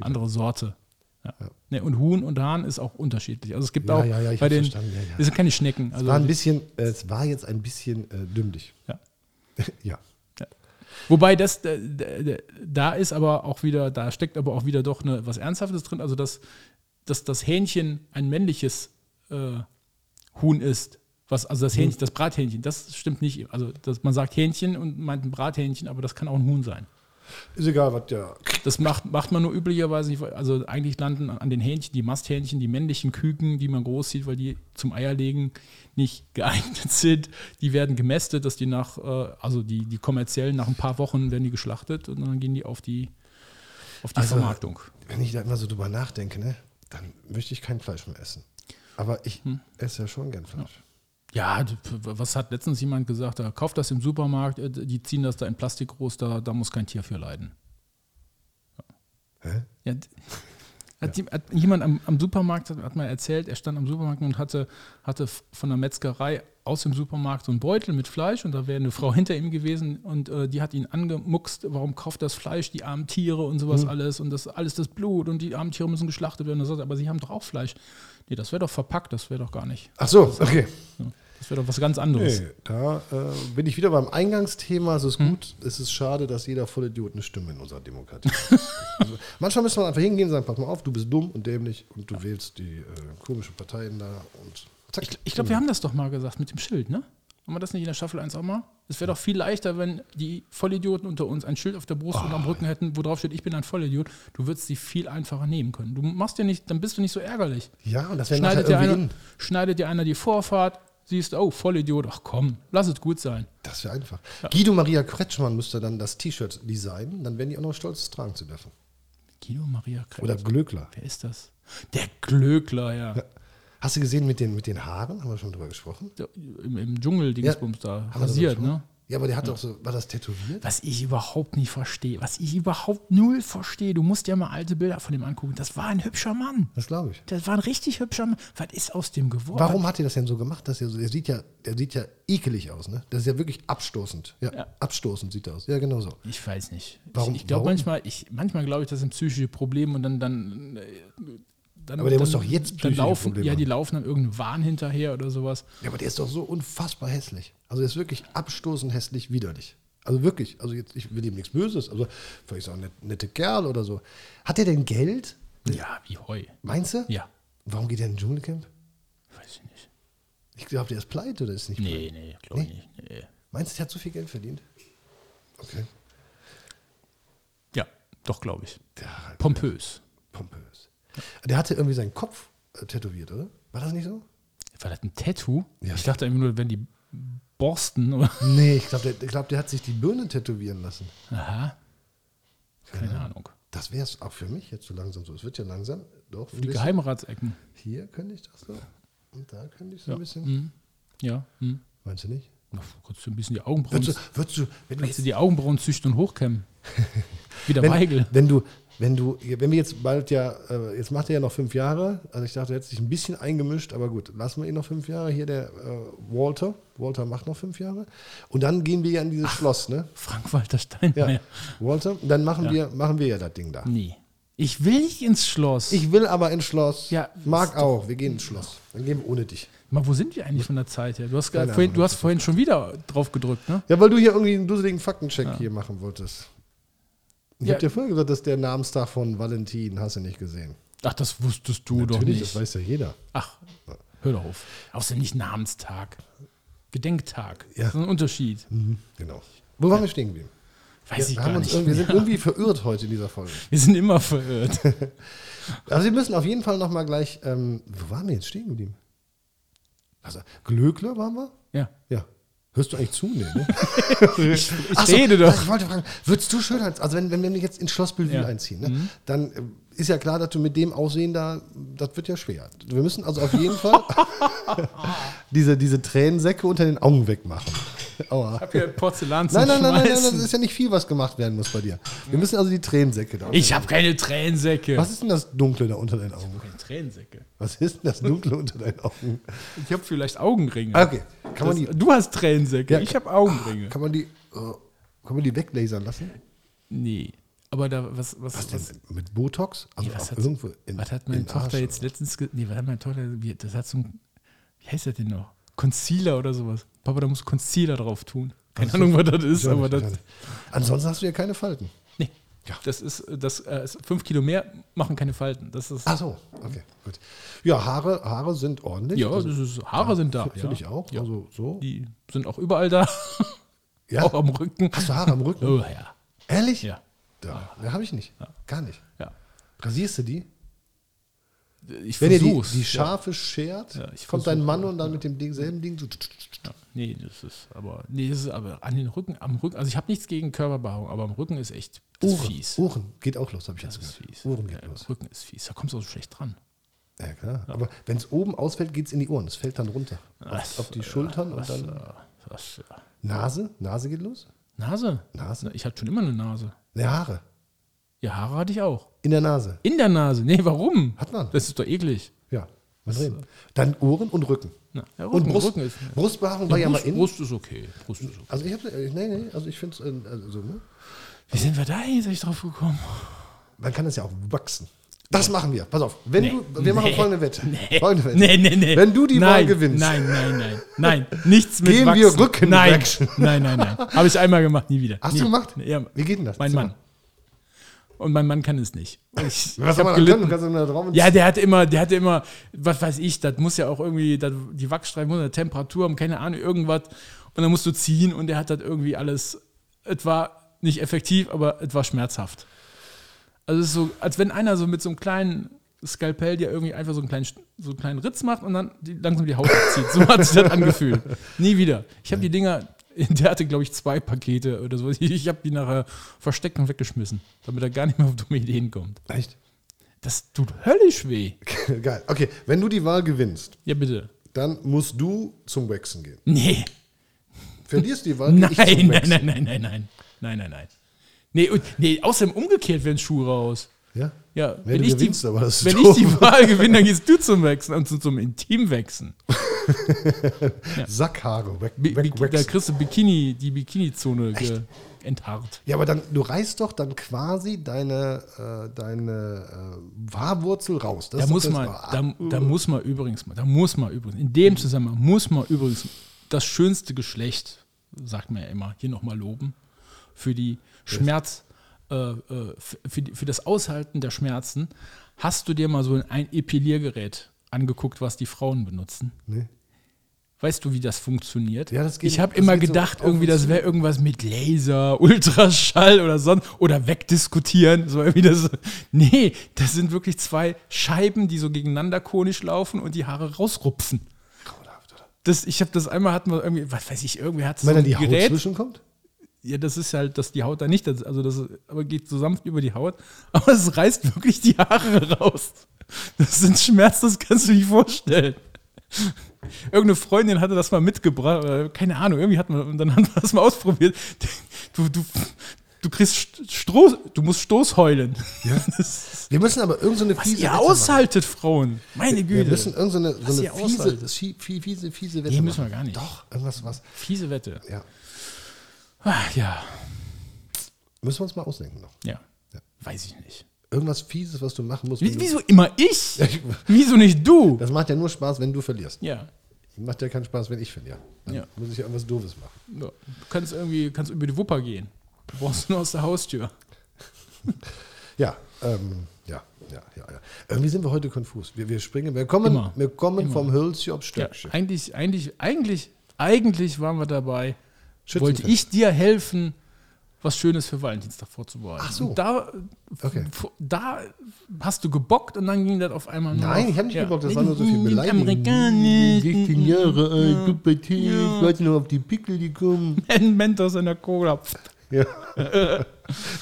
Speaker 2: Andere Sorte. Ja. Nee, und Huhn und Hahn ist auch unterschiedlich. Also es gibt
Speaker 1: Ja,
Speaker 2: auch
Speaker 1: ja, ja, ich
Speaker 2: bei
Speaker 1: hab
Speaker 2: den.
Speaker 1: verstanden, ja, ja.
Speaker 2: Das sind keine Schnecken. Also,
Speaker 1: War ein bisschen, äh, es war jetzt ein bisschen äh, dümmlich.
Speaker 2: ja.
Speaker 1: ja.
Speaker 2: Wobei das äh, d- d- da ist aber auch wieder, da steckt aber auch wieder doch eine, was Ernsthaftes drin. Also dass, dass das Hähnchen ein männliches äh, Huhn ist. Was, also das Hähnchen, das Brathähnchen, das stimmt nicht. Also dass man sagt Hähnchen und meint ein Brathähnchen, aber das kann auch ein Huhn sein.
Speaker 1: Ist egal, was der.
Speaker 2: Das macht, macht man nur üblicherweise nicht, weil- also eigentlich landen an den Hähnchen, die Masthähnchen, die männlichen Küken, die man groß sieht, weil die zum Eierlegen nicht geeignet sind. Die werden gemästet, dass die nach, äh, also die, die kommerziellen, nach ein paar Wochen werden die geschlachtet und dann gehen die auf die, auf die Vermarktung.
Speaker 1: Wenn ich da immer so drüber nachdenke, ne, dann möchte ich kein Fleisch mehr essen. Aber ich esse ja schon gern Fleisch.
Speaker 2: Hm. Ja, d- p- was hat letztens jemand gesagt? Da, kauft das im Supermarkt, äh, die ziehen das da in Plastik groß, da, da muss kein Tier für leiden.
Speaker 1: Hä?
Speaker 2: Ja, d- hat, die- hat jemand am, am Supermarkt, hat, hat mal erzählt, er stand am Supermarkt und hatte, hatte f- von der Metzgerei aus dem Supermarkt so einen Beutel mit Fleisch und da wäre eine Frau hinter ihm gewesen und äh, die hat ihn angemuckst, warum kauft das Fleisch, die armen Tiere und sowas
Speaker 1: Hm.
Speaker 2: alles und das alles das Blut und die armen Tiere müssen geschlachtet werden. Und er sagt, aber sie haben doch auch Fleisch. Nee, das wäre doch verpackt, das wäre doch gar nicht.
Speaker 1: Ach so, okay.
Speaker 2: Das wäre doch was Hm. ganz anderes.
Speaker 1: Nee, da äh, bin ich wieder beim Eingangsthema. Es ist gut, es ist schade, dass jeder Vollidiot eine Stimme in unserer Demokratie hat. also, manchmal müsste man einfach hingehen und sagen: Pass mal auf, du bist dumm und dämlich und du wählst die äh, komischen Parteien da und zack. Hm.
Speaker 2: Ich glaube, wir haben das doch mal gesagt mit dem Schild, ne? Haben wir das nicht in der Staffel 1 auch mal? Es wäre doch viel leichter, wenn die Vollidioten unter uns ein Schild auf der Brust
Speaker 1: Ah.
Speaker 2: und am Rücken hätten, wo drauf steht, ich bin ein Vollidiot. Du würdest sie viel einfacher nehmen können. Du machst dir nicht, dann bist du nicht so ärgerlich.
Speaker 1: Ja, und das wäre nachher
Speaker 2: Schneidet dir,
Speaker 1: irgendwie
Speaker 2: einer,
Speaker 1: in.
Speaker 2: schneidet dir einer die Vorfahrt, siehst, oh, Vollidiot, ach komm, lass es gut sein.
Speaker 1: Das wäre einfach. Guido Maria Kretschmann müsste dann das T-Shirt designen, dann wären die auch noch stolz, es tragen zu dürfen.
Speaker 2: Guido Maria Krebs.
Speaker 1: Oder Glöckler.
Speaker 2: Wer ist das? Der Glöckler, ja.
Speaker 1: Hast du gesehen mit den, mit den Haaren? Haben wir schon drüber gesprochen?
Speaker 2: Der- Im, im Dschungel, Dingsbums da,
Speaker 1: Haben wir
Speaker 2: rasiert,
Speaker 1: drüber
Speaker 2: ne?
Speaker 1: gesprochen? Ja, aber der hat doch so, war das tätowiert?
Speaker 2: Was ich überhaupt nicht verstehe, was ich überhaupt null verstehe, du musst dir mal alte Bilder von dem angucken. Das war ein hübscher Mann.
Speaker 1: Das glaube ich.
Speaker 2: Das war ein richtig hübscher Mann. Was ist aus dem geworden?
Speaker 1: Warum hat er das denn so gemacht? Dass er, so, er, sieht ja, er sieht ja ekelig aus, ne? Das ist ja wirklich abstoßend. Ja,
Speaker 2: Ja.
Speaker 1: abstoßend sieht er aus. Ja, genau so.
Speaker 2: Ich weiß nicht.
Speaker 1: Warum-
Speaker 2: Ich, ich glaube
Speaker 1: warum?
Speaker 2: manchmal, ich, manchmal glaube ich, das sind psychische Probleme und dann, dann, äh, dann
Speaker 1: Aber der
Speaker 2: dann,
Speaker 1: muss doch jetzt
Speaker 2: dann
Speaker 1: psychische
Speaker 2: laufen,
Speaker 1: Probleme
Speaker 2: Ja, die
Speaker 1: haben.
Speaker 2: laufen dann irgendeinen Wahn hinterher oder sowas.
Speaker 1: Ja, aber der ist doch so unfassbar hässlich. Also der ist wirklich abstoßend hässlich, widerlich. Also wirklich, also jetzt, ich will ihm nichts Böses, also vielleicht ist er auch ein net, netter Kerl oder so. Hat er denn Geld?
Speaker 2: Ja, wie Heu.
Speaker 1: Meinst du?
Speaker 2: Ja.
Speaker 1: Warum geht er in den Dschungelcamp?
Speaker 2: Weiß ich nicht.
Speaker 1: Ich glaube, der ist pleite oder ist nicht pleite.
Speaker 2: Nee, nee, glaube ich nicht. Nee.
Speaker 1: Meinst du, der hat so viel Geld verdient? Okay.
Speaker 2: Ja, doch, glaube ich.
Speaker 1: Der,
Speaker 2: Pompös.
Speaker 1: pompös. Der hatte irgendwie seinen Kopf äh, tätowiert, oder? War das nicht so?
Speaker 2: War das ein Tattoo?
Speaker 1: Ja.
Speaker 2: Ich dachte einfach nur, wenn die Borsten oder.
Speaker 1: Nee, ich glaube, der, ich glaub, der hat sich die Birne tätowieren lassen.
Speaker 2: Aha. Keine Ahnung.
Speaker 1: Das wäre es auch für mich jetzt so langsam so. Es wird ja langsam. Doch, ein
Speaker 2: Die
Speaker 1: bisschen.
Speaker 2: Geheimratsecken.
Speaker 1: Hier könnte ich das so. Und da könnte ich so ein bisschen.
Speaker 2: Mhm. Ja. Hm.
Speaker 1: Meinst du nicht?
Speaker 2: Na, Kannst du ein bisschen die Augenbrauen.
Speaker 1: Würdest du, würdest du, wenn du
Speaker 2: Kannst du
Speaker 1: jetzt,
Speaker 2: die Augenbrauen züchten und hochkämmen? Wie der
Speaker 1: wenn,
Speaker 2: Weigel.
Speaker 1: wenn du, wenn du, wenn wir jetzt bald ja, äh, jetzt macht er ja noch fünf Jahre. Also ich dachte, er hätte sich ein bisschen eingemischt, aber gut, lassen wir ihn noch fünf Jahre. Hier der äh, Walter, Walter macht noch fünf Jahre. Und dann gehen wir ja in dieses Schloss, ne?
Speaker 2: Frank-Walter Steinmeier.
Speaker 1: Ja, Walter. Und dann machen wir, machen wir ja das Ding da.
Speaker 2: Nee. Ich will nicht ins Schloss.
Speaker 1: Ich will aber ins Schloss.
Speaker 2: Ja,
Speaker 1: Mag auch. Wir gehen ins Schloss. Dann gehen wir ohne dich.
Speaker 2: Mal, wo sind wir eigentlich von der Zeit her? Du hast,
Speaker 1: Keine
Speaker 2: gerade vorhin,
Speaker 1: Ahnung.
Speaker 2: du hast vorhin schon wieder drauf gedrückt, ne?
Speaker 1: Ja, weil du hier irgendwie einen dusseligen Faktencheck hier machen wolltest. Ich
Speaker 2: Ja.
Speaker 1: hab dir vorher gesagt, dass der Namenstag von Valentin hast du nicht gesehen.
Speaker 2: Ach, das wusstest du
Speaker 1: Natürlich,
Speaker 2: doch
Speaker 1: das
Speaker 2: nicht.
Speaker 1: weiß ja jeder.
Speaker 2: Ach, hör doch auf. Außerdem nicht Namenstag. Gedenktag.
Speaker 1: Ja.
Speaker 2: Das ist ein Unterschied.
Speaker 1: Genau. Wo waren wir stehen geblieben? Wir,
Speaker 2: Weiß ich
Speaker 1: haben
Speaker 2: gar
Speaker 1: uns
Speaker 2: nicht.
Speaker 1: irgendwie, wir sind irgendwie verirrt heute in dieser Folge.
Speaker 2: Wir sind immer verirrt.
Speaker 1: Also wir müssen auf jeden Fall nochmal gleich. Ähm, wo waren wir jetzt stehen geblieben? Also, Glöckler waren wir?
Speaker 2: ja.
Speaker 1: Ja. Hörst du eigentlich zu? Nee, ne?
Speaker 2: Ich, ich
Speaker 1: Ach so,
Speaker 2: rede doch.
Speaker 1: Ich wollte fragen, würdest du Schönheits-, also wenn, wenn wir jetzt ins Schloss Bellevue
Speaker 2: Ja. Mhm.
Speaker 1: einziehen, ne, dann äh, ist ja klar, dass du mit dem Aussehen da, das wird ja schwer. Wir müssen also auf jeden Fall diese, diese Tränensäcke unter den Augen wegmachen. Aua.
Speaker 2: hab hier Porzellan zum
Speaker 1: Nein, nein, nein, nein, nein, das
Speaker 2: Schmeißen.
Speaker 1: ist ja nicht viel, was gemacht werden muss bei dir. Wir müssen also die Tränensäcke da unter-
Speaker 2: Ich habe keine Tränensäcke.
Speaker 1: Was ist denn das Dunkle da unter deinen Augen?
Speaker 2: Keine Tränensäcke.
Speaker 1: Was ist denn das Dunkle unter deinen Augen?
Speaker 2: Ich habe vielleicht Augenringe.
Speaker 1: Ah, Okay, kann man
Speaker 2: das,
Speaker 1: die,
Speaker 2: du hast Tränensäcke,
Speaker 1: Ja,
Speaker 2: ich habe Augenringe.
Speaker 1: kann man die, äh, kann man die weglasern lassen?
Speaker 2: Nee. Aber da, was, was, was,
Speaker 1: Was, mit Botox? Also
Speaker 2: nee, was,
Speaker 1: auch
Speaker 2: hat,
Speaker 1: irgendwo in-
Speaker 2: was hat meine
Speaker 1: in den Arsch
Speaker 2: Tochter
Speaker 1: oder
Speaker 2: jetzt letztens, ge nee, was hat meine Tochter, wie- das hat so ein, wie heißt das denn noch? Concealer oder sowas. Papa, da muss Concealer drauf tun. Keine Ahnung, was das ist,
Speaker 1: Ja,
Speaker 2: aber
Speaker 1: Also, nicht
Speaker 2: das,
Speaker 1: wahrscheinlich. Ansonsten hast du ja keine Falten.
Speaker 2: nee.
Speaker 1: Ja.
Speaker 2: Das ist, äh, das, äh, ist fünf Kilo mehr machen keine Falten. Das ist,
Speaker 1: Ach so, okay, gut. Ja, Haare, Haare sind ordentlich.
Speaker 2: ja,
Speaker 1: also,
Speaker 2: das ist, Haare sind da.
Speaker 1: finde ich auch.
Speaker 2: Ja.
Speaker 1: Also so.
Speaker 2: Die sind auch überall da,
Speaker 1: Ja.
Speaker 2: auch am Rücken.
Speaker 1: Hast du Haare am Rücken?
Speaker 2: Oh ja.
Speaker 1: Ehrlich?
Speaker 2: Ja.
Speaker 1: Da, da habe ich nicht. Gar nicht.
Speaker 2: ja.
Speaker 1: Rasierst du die?
Speaker 2: Ich
Speaker 1: Wenn ihr die,
Speaker 2: versuch's.
Speaker 1: die Scharfe schert,
Speaker 2: Ja, ich
Speaker 1: kommt dein
Speaker 2: versuch,
Speaker 1: Mann und dann mit dem Ding, selben Ding so.
Speaker 2: Ja, nee, das ist aber. Nee, das ist aber an den Rücken, am Rücken. Also ich habe nichts gegen Körperbehaarung, aber am Rücken ist echt das ist
Speaker 1: Ohren,
Speaker 2: fies.
Speaker 1: Ohren geht auch los, habe ich
Speaker 2: Das
Speaker 1: jetzt
Speaker 2: ist
Speaker 1: gehört.
Speaker 2: fies.
Speaker 1: Ohren geht
Speaker 2: ja,
Speaker 1: los.
Speaker 2: Rücken ist fies. Da kommst du auch so schlecht dran.
Speaker 1: Ja, klar. Aber wenn es oben ausfällt, geht es in die Ohren. Es fällt dann runter. Auf,
Speaker 2: Was,
Speaker 1: auf die Schultern und
Speaker 2: Was,
Speaker 1: dann.
Speaker 2: äh, was, äh,
Speaker 1: Nase? Nase geht los?
Speaker 2: Nase?
Speaker 1: Nase?
Speaker 2: Na, Ich hatte schon immer eine Nase.
Speaker 1: Ne, Haare.
Speaker 2: Ja, Haare hatte ich auch.
Speaker 1: In der Nase.
Speaker 2: In der Nase. Nee, warum?
Speaker 1: Hat man.
Speaker 2: Das ist doch eklig.
Speaker 1: Ja, mal reden. Dann Ohren und Rücken.
Speaker 2: Na, ja, Rücken,
Speaker 1: und Brust,
Speaker 2: Rücken ist-
Speaker 1: Brustbehaarung war ja mal
Speaker 2: Brust,
Speaker 1: in.
Speaker 2: Brust ist okay. Brust ist okay.
Speaker 1: Also ich habe, nee, nee, also ich finde es, also, so, ne?
Speaker 2: Wie sind wir da eigentlich drauf gekommen?
Speaker 1: man kann das ja auch wachsen. Das machen wir. Pass auf, wenn
Speaker 2: Nee.
Speaker 1: du, wir machen
Speaker 2: Nee.
Speaker 1: folgende Wette.
Speaker 2: Nee.
Speaker 1: Folgende Wette.
Speaker 2: Nee, nee, nee.
Speaker 1: Wenn du die
Speaker 2: nein,
Speaker 1: Wahl gewinnst,
Speaker 2: Nein, nein, nein. Nein, nichts mit
Speaker 1: Gehen
Speaker 2: Wachsen.
Speaker 1: wir Rücken
Speaker 2: nein.
Speaker 1: wachsen.
Speaker 2: nein, nein, nein. Habe ich einmal gemacht, nie wieder.
Speaker 1: hast
Speaker 2: nie.
Speaker 1: du gemacht?
Speaker 2: Ja,
Speaker 1: Wie geht denn das?
Speaker 2: mein Mann. Und mein Mann kann es nicht. Ich,
Speaker 1: Was
Speaker 2: ich
Speaker 1: soll
Speaker 2: hab
Speaker 1: man da können? Du
Speaker 2: gelitten.
Speaker 1: kannst du nur da drauf und
Speaker 2: Ja, der hat immer, der hatte immer, was weiß ich, das muss ja auch irgendwie, das, die Wachstreifen muss eine Temperatur haben, keine Ahnung, irgendwas. Und dann musst du ziehen und er hat das irgendwie alles, es war nicht effektiv, aber es war schmerzhaft. Also es ist so, als wenn einer so mit so einem kleinen Skalpell dir irgendwie einfach so einen kleinen, so einen kleinen Ritz macht und dann die, langsam die Haut abzieht. So hat sich das angefühlt. Nie wieder. Ich habe die Dinger, der hatte glaube ich zwei Pakete oder so. Ich habe die nachher versteckt und weggeschmissen, damit er gar nicht mehr auf dumme Ideen kommt.
Speaker 1: Echt?
Speaker 2: Das tut höllisch weh.
Speaker 1: Geil. Okay, wenn du die Wahl gewinnst,
Speaker 2: Ja, bitte.
Speaker 1: dann musst du zum Waxen gehen.
Speaker 2: Nee.
Speaker 1: Verlierst die Wahl, geh
Speaker 2: Nein,
Speaker 1: ich
Speaker 2: nein,
Speaker 1: zum Waxen.
Speaker 2: nein, nein, nein, nein. Nein, nein, nein. Nee, und, nee außerdem umgekehrt werden Schuhe raus.
Speaker 1: Ja?
Speaker 2: Ja,
Speaker 1: Nee,
Speaker 2: wenn,
Speaker 1: du
Speaker 2: ich, die,
Speaker 1: gewinnst, aber das ist
Speaker 2: wenn
Speaker 1: doof.
Speaker 2: ich die Wahl gewinne, dann gehst du zum Wechseln und zu- zum Intimwechseln.
Speaker 1: Sackhaare, weg,
Speaker 2: Bi-
Speaker 1: weg,
Speaker 2: Bi- Da
Speaker 1: waxen.
Speaker 2: kriegst du Bikini, die Bikini-Zone ge- enthaart.
Speaker 1: Ja, aber dann, du reißt doch dann quasi deine, äh, deine äh, Haarwurzel raus. Das
Speaker 2: Da
Speaker 1: ist doch
Speaker 2: muss,
Speaker 1: das-
Speaker 2: man,
Speaker 1: Ah,
Speaker 2: da, da muss man übrigens mal, da muss man übrigens, in dem Zusammenhang muss man übrigens das schönste Geschlecht, sagt man ja immer, hier nochmal loben, für die Schmerz, äh, äh, für, für die, für das Aushalten der Schmerzen. Hast du dir mal so ein Epiliergerät angeguckt, was die Frauen benutzen?
Speaker 1: Nee.
Speaker 2: Weißt du, wie das funktioniert?
Speaker 1: Ja, das geht-
Speaker 2: ich habe
Speaker 1: das
Speaker 2: immer
Speaker 1: geht so
Speaker 2: gedacht,
Speaker 1: auf
Speaker 2: irgendwie,
Speaker 1: und
Speaker 2: das wäre irgendwas mit Laser, Ultraschall oder sonst oder wegdiskutieren. So irgendwie das. Nee, das sind wirklich zwei Scheiben, die so gegeneinander konisch laufen und die Haare rausrupfen. Das, ich habe das einmal hatten wir irgendwie, was weiß ich, irgendwer hat so
Speaker 1: Wenn dann
Speaker 2: ein
Speaker 1: die Haut
Speaker 2: Gerät.
Speaker 1: zwischenkommt?
Speaker 2: Ja, das ist halt, dass die Haut da nicht, das- also das aber geht so sanft über die Haut, aber es reißt wirklich die Haare raus. Das sind Schmerz, das kannst du dir nicht vorstellen. Irgendeine Freundin hatte das mal mitgebracht, oder keine Ahnung, irgendwie hat man, und dann hat man das mal ausprobiert. Du, du, du kriegst St- Stroh, du musst Stoß heulen.
Speaker 1: Ja. Wir müssen aber irgendeine so
Speaker 2: Was
Speaker 1: fiese
Speaker 2: ihr
Speaker 1: Wette machen.
Speaker 2: aushaltet, Frauen. Meine
Speaker 1: Wir
Speaker 2: Güte.
Speaker 1: müssen irgendeine so eine, so
Speaker 2: ihr
Speaker 1: eine fiese,
Speaker 2: aushaltet.
Speaker 1: schie- fie- fiese, fiese Wette
Speaker 2: Nee, müssen
Speaker 1: machen.
Speaker 2: wir gar nicht.
Speaker 1: Doch, irgendwas was.
Speaker 2: Fiese Wette.
Speaker 1: Ja.
Speaker 2: Ach Ah, ja,
Speaker 1: Müssen wir uns mal ausdenken noch.
Speaker 2: ja. Weiß ich nicht.
Speaker 1: Irgendwas Fieses, was du machen musst. wenn
Speaker 2: Wie-
Speaker 1: du-
Speaker 2: Wieso immer ich? Wieso nicht du?
Speaker 1: Das macht ja nur Spaß, wenn du verlierst.
Speaker 2: Ja.
Speaker 1: Macht ja keinen Spaß, wenn ich verliere. Dann
Speaker 2: Ja.
Speaker 1: muss ich ja irgendwas Doofes machen.
Speaker 2: Ja, du kannst irgendwie kannst über die Wupper gehen. Du brauchst nur aus der Haustür.
Speaker 1: Ja, ähm, ja, ja, ja, ja. Irgendwie sind wir heute konfus. Wir, wir springen, wir kommen,
Speaker 2: Immer.
Speaker 1: wir kommen vom Hölzchen aufs
Speaker 2: Ja,
Speaker 1: Stöckchen.
Speaker 2: eigentlich, eigentlich, eigentlich, eigentlich waren wir dabei.
Speaker 1: Schützenfest.
Speaker 2: Wollte ich dir helfen, was Schönes für Valentinstag vorzubereiten.
Speaker 1: Ach so.
Speaker 2: Und da,
Speaker 1: Okay.
Speaker 2: f- da hast du gebockt und dann ging das auf einmal. nur
Speaker 1: Nein,
Speaker 2: auf-
Speaker 1: ich habe nicht
Speaker 2: Ja.
Speaker 1: geglaubt, das war nur so viel
Speaker 2: Die
Speaker 1: Beleidigung.
Speaker 2: Amerikaner,
Speaker 1: 16 Hm, Jahre äh, alt, Pubertät, ich warte nur auf die Pickel, die kommen.
Speaker 2: ein Mentos in der Cola. Pff,
Speaker 1: Ja.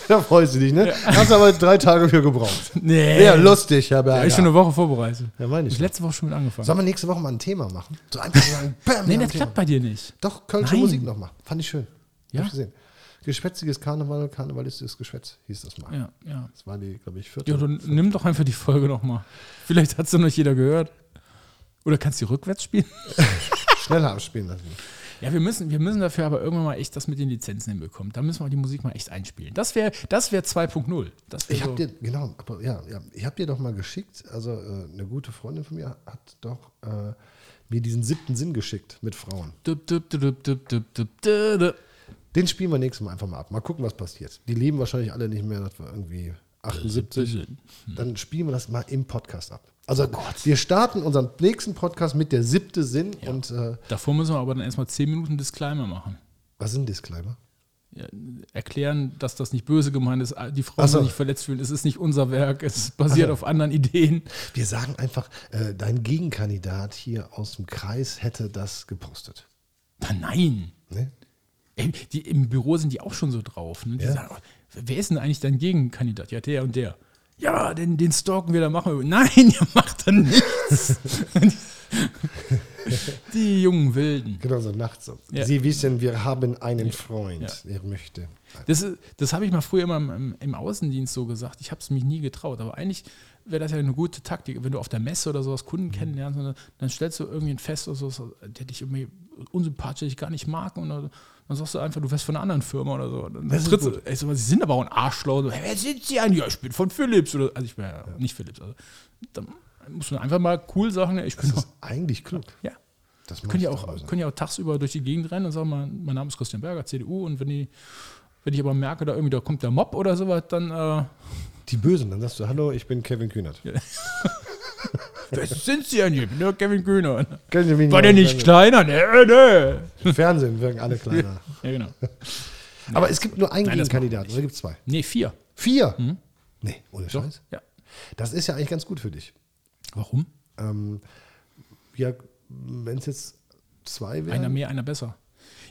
Speaker 1: da freust du dich, ne? Hast aber drei Tage für gebraucht.
Speaker 2: Nee.
Speaker 1: Ja, lustig, Herr
Speaker 2: Da
Speaker 1: Berger.
Speaker 2: ist schon eine Woche vorbereitet.
Speaker 1: Ja, meine ich
Speaker 2: ich
Speaker 1: ja.
Speaker 2: letzte Woche schon mit angefangen.
Speaker 1: Sollen wir nächste Woche mal ein Thema machen? So einfach sagen, bam, wir
Speaker 2: nee,
Speaker 1: haben
Speaker 2: das
Speaker 1: ein Thema.
Speaker 2: klappt bei dir nicht.
Speaker 1: Doch, Kölsche
Speaker 2: Nein.
Speaker 1: Musik nochmal. Fand ich schön.
Speaker 2: Ja?
Speaker 1: Hab ich gesehen. Geschwätziges Karneval, karnevalistisches Geschwätz hieß das mal.
Speaker 2: Ja, ja.
Speaker 1: Das war die, glaube ich, vierte.
Speaker 2: Ja, dann nimm doch einfach die Folge nochmal. Vielleicht hat es noch nicht jeder gehört. Oder kannst du die rückwärts spielen?
Speaker 1: Schneller abspielen lassen.
Speaker 2: Ja, wir müssen, wir müssen dafür aber irgendwann mal echt das mit den Lizenzen hinbekommen. Da müssen wir die Musik mal echt einspielen. Das wäre das wär 2.0. Das wär
Speaker 1: Ich
Speaker 2: so-
Speaker 1: habe dir, genau, aber ja, ja ich habe dir doch mal geschickt, also äh, eine gute Freundin von mir hat doch äh, mir diesen siebten Sinn geschickt mit Frauen.
Speaker 2: Dup, dup, dup, dup, dup, dup, dup, dup.
Speaker 1: Den spielen wir nächstes Mal einfach mal ab. Mal gucken, was passiert. Die leben wahrscheinlich alle nicht mehr, das war irgendwie 78.
Speaker 2: Hm.
Speaker 1: Dann spielen wir das mal im Podcast ab. Also
Speaker 2: Oh
Speaker 1: wir starten unseren nächsten Podcast mit der siebte Sinn und äh,
Speaker 2: Davor müssen wir aber dann erstmal 10 Minuten Disclaimer machen.
Speaker 1: was ist ein Disclaimer?
Speaker 2: Ja, erklären, dass das nicht böse gemeint ist, die Frauen
Speaker 1: Ach so.
Speaker 2: sich nicht verletzt fühlen, es ist nicht unser Werk, es basiert auf anderen Ideen.
Speaker 1: Wir sagen einfach, äh, dein Gegenkandidat hier aus dem Kreis hätte das gepostet.
Speaker 2: Na, nein.
Speaker 1: Ne?
Speaker 2: Ey, die, Im Büro sind die auch schon so drauf. Ne? Die
Speaker 1: Ja.
Speaker 2: sagen, oh, wer ist denn eigentlich dein Gegenkandidat? Ja, der und der. Ja, den, den stalken wir, da machen wir. Nein, ihr macht dann nichts. die jungen Wilden.
Speaker 1: Genau so nachts. So.
Speaker 2: Ja.
Speaker 1: Sie wissen, wir haben einen Freund, er möchte.
Speaker 2: Das, ist- das habe ich mal früher immer im- im, im Außendienst so gesagt. Ich habe es mich nie getraut. Aber eigentlich wäre das ja eine gute Taktik, wenn du auf der Messe oder sowas
Speaker 1: Mhm.
Speaker 2: Kunden kennenlernst, und dann, dann stellst du irgendwen fest, oder so, der dich irgendwie unsympathisch, der dich gar nicht mag. Und dann, dann sagst du einfach, du wärst von einer anderen Firma oder so. Und Dann
Speaker 1: Das ist
Speaker 2: trittst
Speaker 1: gut.
Speaker 2: du, ey, sag mal, sie sind aber auch ein Arschloch. So, hey, wer sind sie eigentlich? Ja, ich bin von Philips. Oder, also ich bin ja, nicht Philips. Also, dann musst du einfach mal cool sagen, ich bin.
Speaker 1: Das ist eigentlich klug.
Speaker 2: Ja.
Speaker 1: Das
Speaker 2: Können ja,
Speaker 1: mach ich doch mal
Speaker 2: auch,
Speaker 1: so.
Speaker 2: können ja auch tagsüber durch die Gegend rennen und sagen, mein, mein Name ist Christian Berger, CDU. Und wenn, die, wenn ich aber merke, da irgendwie da kommt der Mob oder sowas, dann äh,
Speaker 1: Die Bösen, dann sagst du, hallo, ich bin Kevin Kühnert.
Speaker 2: Wer sind Sie denn hier? Ich bin nur Kevin Kühner.
Speaker 1: Können Sie mich
Speaker 2: War der nicht kleiner? Nee, äh, nee.
Speaker 1: Im Fernsehen wirken alle kleiner.
Speaker 2: Ja, genau.
Speaker 1: Aber es gibt nur einen
Speaker 2: Nein, das
Speaker 1: Gegenkandidaten, oder gibt es zwei?
Speaker 2: Nee, vier.
Speaker 1: Vier?
Speaker 2: Hm?
Speaker 1: Nee, ohne Scheiß.
Speaker 2: Ja.
Speaker 1: Das ist ja eigentlich ganz gut für dich.
Speaker 2: Warum?
Speaker 1: Ähm, ja, wenn es jetzt zwei wären.
Speaker 2: Einer mehr, einer besser.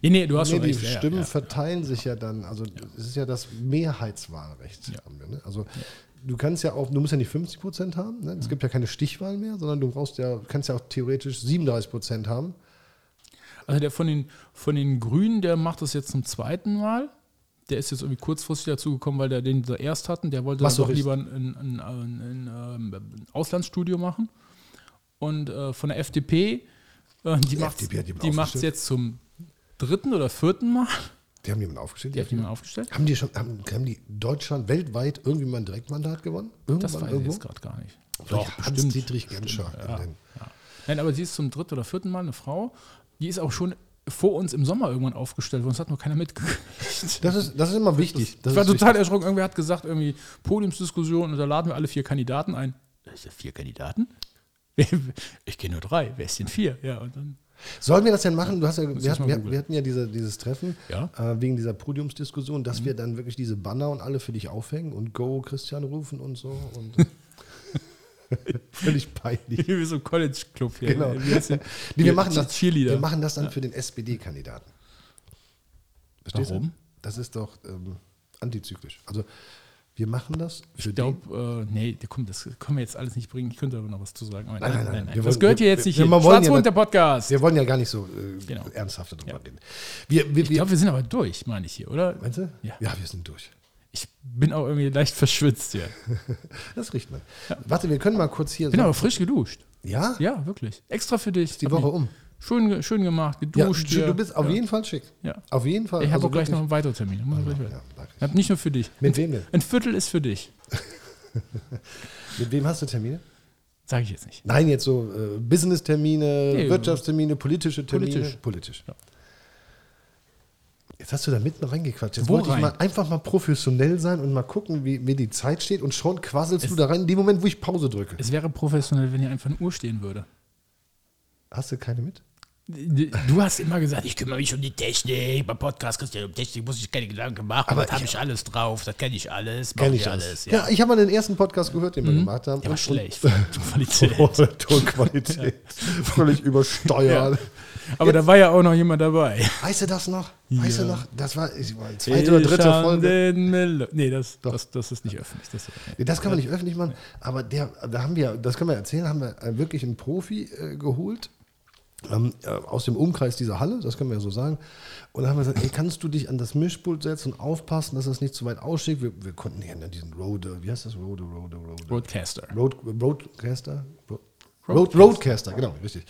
Speaker 2: Ja, nee, du hast
Speaker 1: nee,
Speaker 2: schon
Speaker 1: die
Speaker 2: recht. Ja, ja,
Speaker 1: Stimmen
Speaker 2: ja.
Speaker 1: verteilen sich ja dann. Also es ist ja das Mehrheitswahlrecht. Haben wir, ne? Also du kannst ja auch, du musst ja nicht 50 Prozent haben. Ne?
Speaker 2: Mhm.
Speaker 1: Es gibt ja keine Stichwahl mehr, sondern du brauchst ja, kannst ja auch theoretisch 37 Prozent haben.
Speaker 2: Also der von den, von den Grünen, der macht das jetzt zum zweiten Mal. Der ist jetzt irgendwie kurzfristig dazugekommen, weil der den zuerst hatten. Der wollte dann doch
Speaker 1: Masochist.
Speaker 2: lieber ein, ein, ein, ein, ähm, ein Auslandsstudio machen. Und äh, von der FDP, äh, die, macht's-
Speaker 1: FDP hat jemand
Speaker 2: die macht es
Speaker 1: aufgestellt?
Speaker 2: jetzt zum dritten oder vierten Mal.
Speaker 1: Die haben jemanden aufgestellt.
Speaker 2: Die hat jemand aufgestellt.
Speaker 1: haben die schon, haben, haben die Deutschland weltweit irgendwie mal ein Direktmandat gewonnen? Irgendwann,
Speaker 2: Das weiß ich
Speaker 1: irgendwo?
Speaker 2: jetzt gerade gar nicht.
Speaker 1: Vielleicht Hans-Dietrich Genscher. in den-
Speaker 2: Nein, aber sie ist zum dritten oder vierten Mal eine Frau. Die ist auch schon vor uns im Sommer irgendwann aufgestellt worden. Das hat noch keiner mitgekriegt.
Speaker 1: Das ist, das ist immer wichtig. Das
Speaker 2: ich war
Speaker 1: ist
Speaker 2: total erschrocken. Irgendwer hat gesagt, irgendwie Podiumsdiskussion und da laden wir alle vier Kandidaten ein. Ist das vier Kandidaten? Ich kenne nur drei. Wer ist denn vier? Ja, und dann.
Speaker 1: wichtig. Sollen wir das denn machen? Du hast ja, wir,
Speaker 2: ich
Speaker 1: hatten,
Speaker 2: mal
Speaker 1: wir,
Speaker 2: googeln.
Speaker 1: wir hatten ja diese, dieses Treffen
Speaker 2: Ja.
Speaker 1: äh, wegen dieser Podiumsdiskussion, dass wir dann wirklich diese Banner und alle für dich aufhängen und Go Christian rufen und so. Und äh, völlig peinlich.
Speaker 2: Wie so ein College-Club hier.
Speaker 1: Genau.
Speaker 2: Wie heißt der?
Speaker 1: Nee, wir,
Speaker 2: Hier,
Speaker 1: machen das,
Speaker 2: Cheerleader.
Speaker 1: wir machen das dann für den SPD-Kandidaten. Verstehst
Speaker 2: Warum?
Speaker 1: du? Das ist doch ähm, antizyklisch. Also wir machen das für
Speaker 2: Ich glaube, äh, nee, komm, das können wir jetzt alles nicht bringen. Ich könnte aber noch was zu sagen. Aber
Speaker 1: Nein, nein, nein. Wir
Speaker 2: Das
Speaker 1: wollen-
Speaker 2: gehört hier
Speaker 1: wir-
Speaker 2: jetzt nicht
Speaker 1: wir-
Speaker 2: hin.
Speaker 1: wir wollen ja
Speaker 2: Schwarzmund, der
Speaker 1: nicht-
Speaker 2: Podcast.
Speaker 1: Wir wollen ja gar nicht so äh,
Speaker 2: Genau.
Speaker 1: ernsthaft darüber
Speaker 2: Ja.
Speaker 1: reden. Wir, wir,
Speaker 2: Ich
Speaker 1: wir,
Speaker 2: glaube, wir sind aber durch, meine ich hier, oder?
Speaker 1: meinst du?
Speaker 2: Ja.
Speaker 1: ja, wir sind durch.
Speaker 2: Ich bin auch irgendwie leicht verschwitzt hier.
Speaker 1: Das riecht man. Warte, wir können mal kurz hier.
Speaker 2: Bin
Speaker 1: so-
Speaker 2: aber frisch geduscht.
Speaker 1: Ja?
Speaker 2: Genau. Ja, wirklich. Extra für dich.
Speaker 1: die
Speaker 2: Hab
Speaker 1: Woche
Speaker 2: mich
Speaker 1: um.
Speaker 2: Schön, ge- schön gemacht,
Speaker 1: ja
Speaker 2: geduscht.
Speaker 1: du,
Speaker 2: hier.
Speaker 1: du bist auf
Speaker 2: ja.
Speaker 1: jeden Fall schick.
Speaker 2: Ja.
Speaker 1: Auf jeden Fall.
Speaker 2: Ich habe
Speaker 1: Also
Speaker 2: auch gleich noch
Speaker 1: wirklich- Also,
Speaker 2: einen weiteren Termin. Muss ich gleich
Speaker 1: Ja,
Speaker 2: weg.
Speaker 1: danke.
Speaker 2: Ich hab nicht nur für dich.
Speaker 1: Mit wem denn?
Speaker 2: Ein Viertel ist für dich.
Speaker 1: Mit wem hast du Termine?
Speaker 2: Sage ich jetzt nicht.
Speaker 1: Nein, jetzt so äh, Business-Termine,
Speaker 2: Nee,
Speaker 1: Wirtschaftstermine, politische Termine.
Speaker 2: Politisch.
Speaker 1: Politisch. Jetzt hast du da mitten reingequatscht. Jetzt
Speaker 2: Wo
Speaker 1: wollte ich
Speaker 2: rein?
Speaker 1: mal einfach mal professionell sein und mal gucken, wie wie die Zeit steht. Und schon quasselst du da rein, in dem Moment, wo ich Pause drücke.
Speaker 2: Es wäre professionell, wenn hier einfach eine Uhr stehen würde.
Speaker 1: Hast du keine mit?
Speaker 2: Du hast immer gesagt, ich kümmere mich um die Technik. Beim Podcast kriegst du ja um Technik, muss ich keine Gedanken machen.
Speaker 1: Aber
Speaker 2: das habe
Speaker 1: ich-
Speaker 2: ich alles drauf, das kenne ich alles. Mhm. mach
Speaker 1: Kenn ich alles. Ja. ich habe mal den ersten Podcast gehört, den wir gemacht haben.
Speaker 2: Der war
Speaker 1: Und-
Speaker 2: schlecht. Qualität.
Speaker 1: hohe Tonqualität. Völlig übersteuert.
Speaker 2: Aber da war ja auch noch jemand dabei.
Speaker 1: Weißt du das noch? Weißt du noch? Das war ich war zweite
Speaker 2: Ich
Speaker 1: oder dritte
Speaker 2: an
Speaker 1: Folge.
Speaker 2: den Melo- nee, das, das, das ist nicht öffentlich. Das,
Speaker 1: Nee, Das kann man nicht öffentlich machen, aber der, da haben wir, das können wir erzählen, haben wir äh, wirklich einen Profi äh, geholt ähm, äh, aus dem Umkreis dieser Halle, das können wir ja so sagen. Und da haben wir gesagt, ey, kannst du dich an das Mischpult setzen und aufpassen, dass das nicht zu weit ausschickt? Wir, wir konnten ja dann diesen Rode, wie heißt das? Rode, Rode, Rode.
Speaker 2: Broadcaster.
Speaker 1: Road, Roadcaster? Ro- Road, Roadcaster, genau, richtig.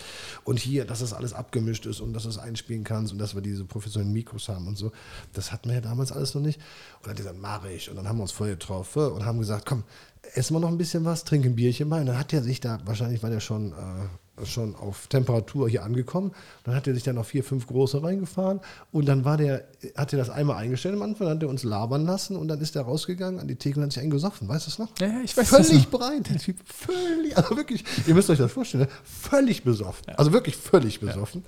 Speaker 1: Und hier, dass das alles abgemischt ist und dass du es einspielen kannst und dass wir diese professionellen Mikros haben und so. Das hatten wir ja damals alles noch nicht. Und dann hat gesagt, mach ich. Und dann haben wir uns vorher getroffen und haben gesagt, komm, essen wir noch ein bisschen was, trinken ein Bierchen mal. Und dann hat er sich da, wahrscheinlich war der schon, äh, schon auf Temperatur hier angekommen. Dann hat er sich da noch vier, fünf große reingefahren. Und dann war der, hat er das einmal eingestellt am Anfang, dann hat er uns labern lassen und dann ist er rausgegangen an die Theke und hat sich einen gesoffen. Weißt du es noch?
Speaker 2: Ja, ja, ich weiß das
Speaker 1: Völlig
Speaker 2: noch.
Speaker 1: breit. Der Typ völlig, also wirklich, ihr müsst euch das vorstellen, ne? völlig besoffen. Also wirklich völlig besoffen.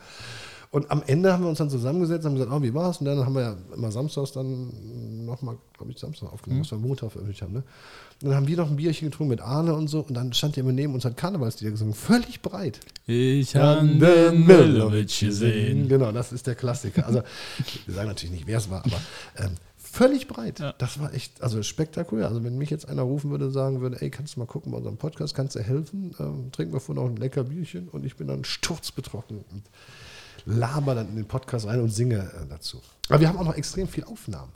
Speaker 1: Und am Ende haben wir uns dann zusammengesetzt, haben gesagt, oh, wie war's? Und dann haben wir ja immer samstags dann nochmal, glaube ich, Samstag
Speaker 2: Mhm.
Speaker 1: aufgenommen, was wir Montag veröffentlicht haben. Ne? Und dann haben wir noch ein Bierchen getrunken mit Arne und so. Und dann stand der immer neben uns, hat Karnevalslieder gesungen. Völlig breit.
Speaker 2: Ich an den Milovic gesehen.
Speaker 1: Ähm, Genau, das ist der Klassiker. Also, wir sagen natürlich nicht, wer es war, aber ähm, völlig breit. Das war echt, also spektakulär. Also, wenn mich jetzt einer rufen würde, sagen würde, ey, kannst du mal gucken bei unserem Podcast, kannst du helfen? Ähm, trinken wir vorher noch ein lecker Bierchen und ich bin dann sturzbetroffen und laber dann in den Podcast rein und singe äh, dazu. Aber wir haben auch noch extrem viel Aufnahmen.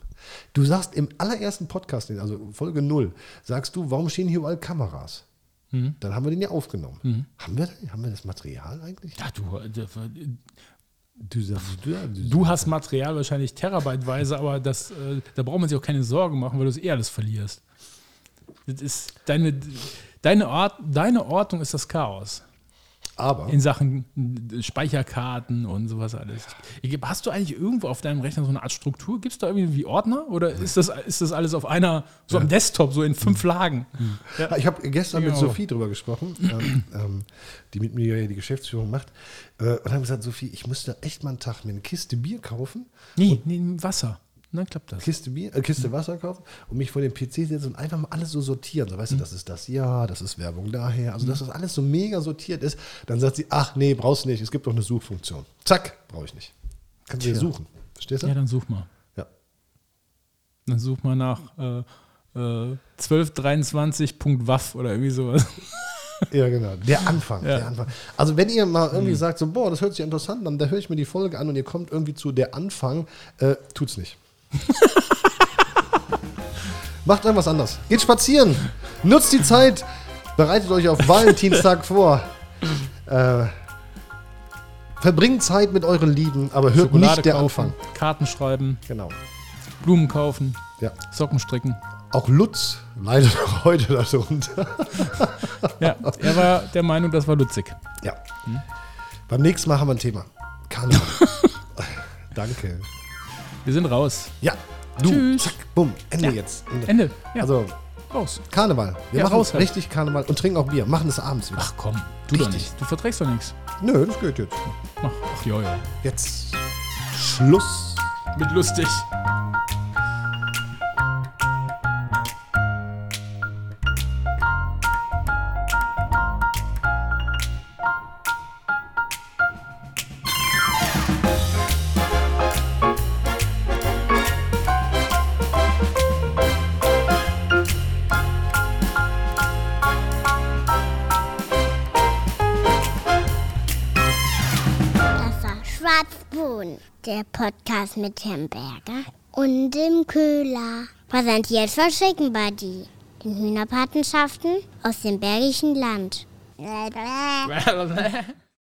Speaker 1: Du sagst im allerersten Podcast, den- also Folge 0, sagst du, warum stehen hier überall Kameras?
Speaker 2: Mhm.
Speaker 1: Dann haben wir den ja aufgenommen. Haben, wir, haben wir das Material eigentlich?
Speaker 2: Ja, du, äh,
Speaker 1: Du sagst, du,
Speaker 2: du hast Material wahrscheinlich terabyteweise, aber das, äh, da braucht man sich auch keine Sorgen machen, weil du es eh alles verlierst. Das ist deine, deine, Art, deine Ordnung ist das Chaos.
Speaker 1: Aber
Speaker 2: In Sachen äh, Speicherkarten und sowas alles. Ich- Hast du eigentlich irgendwo auf deinem Rechner so eine Art Struktur? Gibt es da irgendwie Ordner oder ist das, ist das alles auf einer, so am Desktop, so in fünf Lagen?
Speaker 1: Ah, Ich habe gestern mit
Speaker 2: Genau.
Speaker 1: Sophie drüber gesprochen, ähm, ähm, die mit mir ja die Geschäftsführung macht. Äh, und haben gesagt, Sophie, ich müsste echt mal einen Tag mir eine Kiste Bier kaufen,
Speaker 2: Nee, nee, Wasser. Dann klappt das.
Speaker 1: Kiste Bier, äh, Kiste
Speaker 2: Mhm.
Speaker 1: Wasser kaufen und mich vor den PC setzen und einfach mal alles so sortieren. So,
Speaker 2: Mhm.
Speaker 1: weißt du, das ist das ja, das ist Werbung daher. Also, dass das alles so mega sortiert ist. Dann sagt sie, ach nee, brauchst du nicht. Es gibt doch eine Suchfunktion. Zack, brauche ich nicht. Kannst du dir suchen. Verstehst du?
Speaker 2: Ja, dann such mal.
Speaker 1: Ja.
Speaker 2: Dann such mal nach äh, äh, 1223.waff oder irgendwie sowas.
Speaker 1: Ja, genau. Der Anfang, der Anfang. Also wenn ihr mal irgendwie sagt, so, boah, das hört sich interessant an, da höre ich mir die Folge an und ihr kommt irgendwie zu der Anfang, äh, tut's nicht. Macht irgendwas anders. Geht spazieren. Nutzt die Zeit. Bereitet euch auf Valentinstag vor. Äh, verbringt Zeit mit euren Lieben, aber hört nicht der Anfang.
Speaker 2: Karten schreiben,
Speaker 1: Genau.
Speaker 2: Blumen kaufen,
Speaker 1: Ja.
Speaker 2: Socken stricken.
Speaker 1: Auch Lutz leidet auch heute darunter.
Speaker 2: Ja, er war der Meinung, das war Lutzig.
Speaker 1: Ja. Beim nächsten Mal haben wir ein Thema. Karneval. Danke.
Speaker 2: Wir sind raus.
Speaker 1: Ja, du.
Speaker 2: Tschüss.
Speaker 1: Zack, bumm. Ende jetzt.
Speaker 2: Ende. Ja,
Speaker 1: Also,
Speaker 2: raus.
Speaker 1: Karneval. Wir
Speaker 2: Ja,
Speaker 1: machen
Speaker 2: raus halt.
Speaker 1: richtig Karneval und trinken auch Bier. Machen es abends wieder.
Speaker 2: Ach komm, du doch
Speaker 1: Richtig.
Speaker 2: nicht. Du verträgst doch nichts.
Speaker 1: Nö, das geht jetzt.
Speaker 2: Ach, ach ja, ja.
Speaker 1: Jetzt. Schluss.
Speaker 2: Mit lustig.
Speaker 5: Das war Schwarzbohnen, der Podcast mit Herrn Berger und dem Köhler. Präsentiert von Schickenbuddy in Hühnerpatenschaften aus dem Bergischen Land.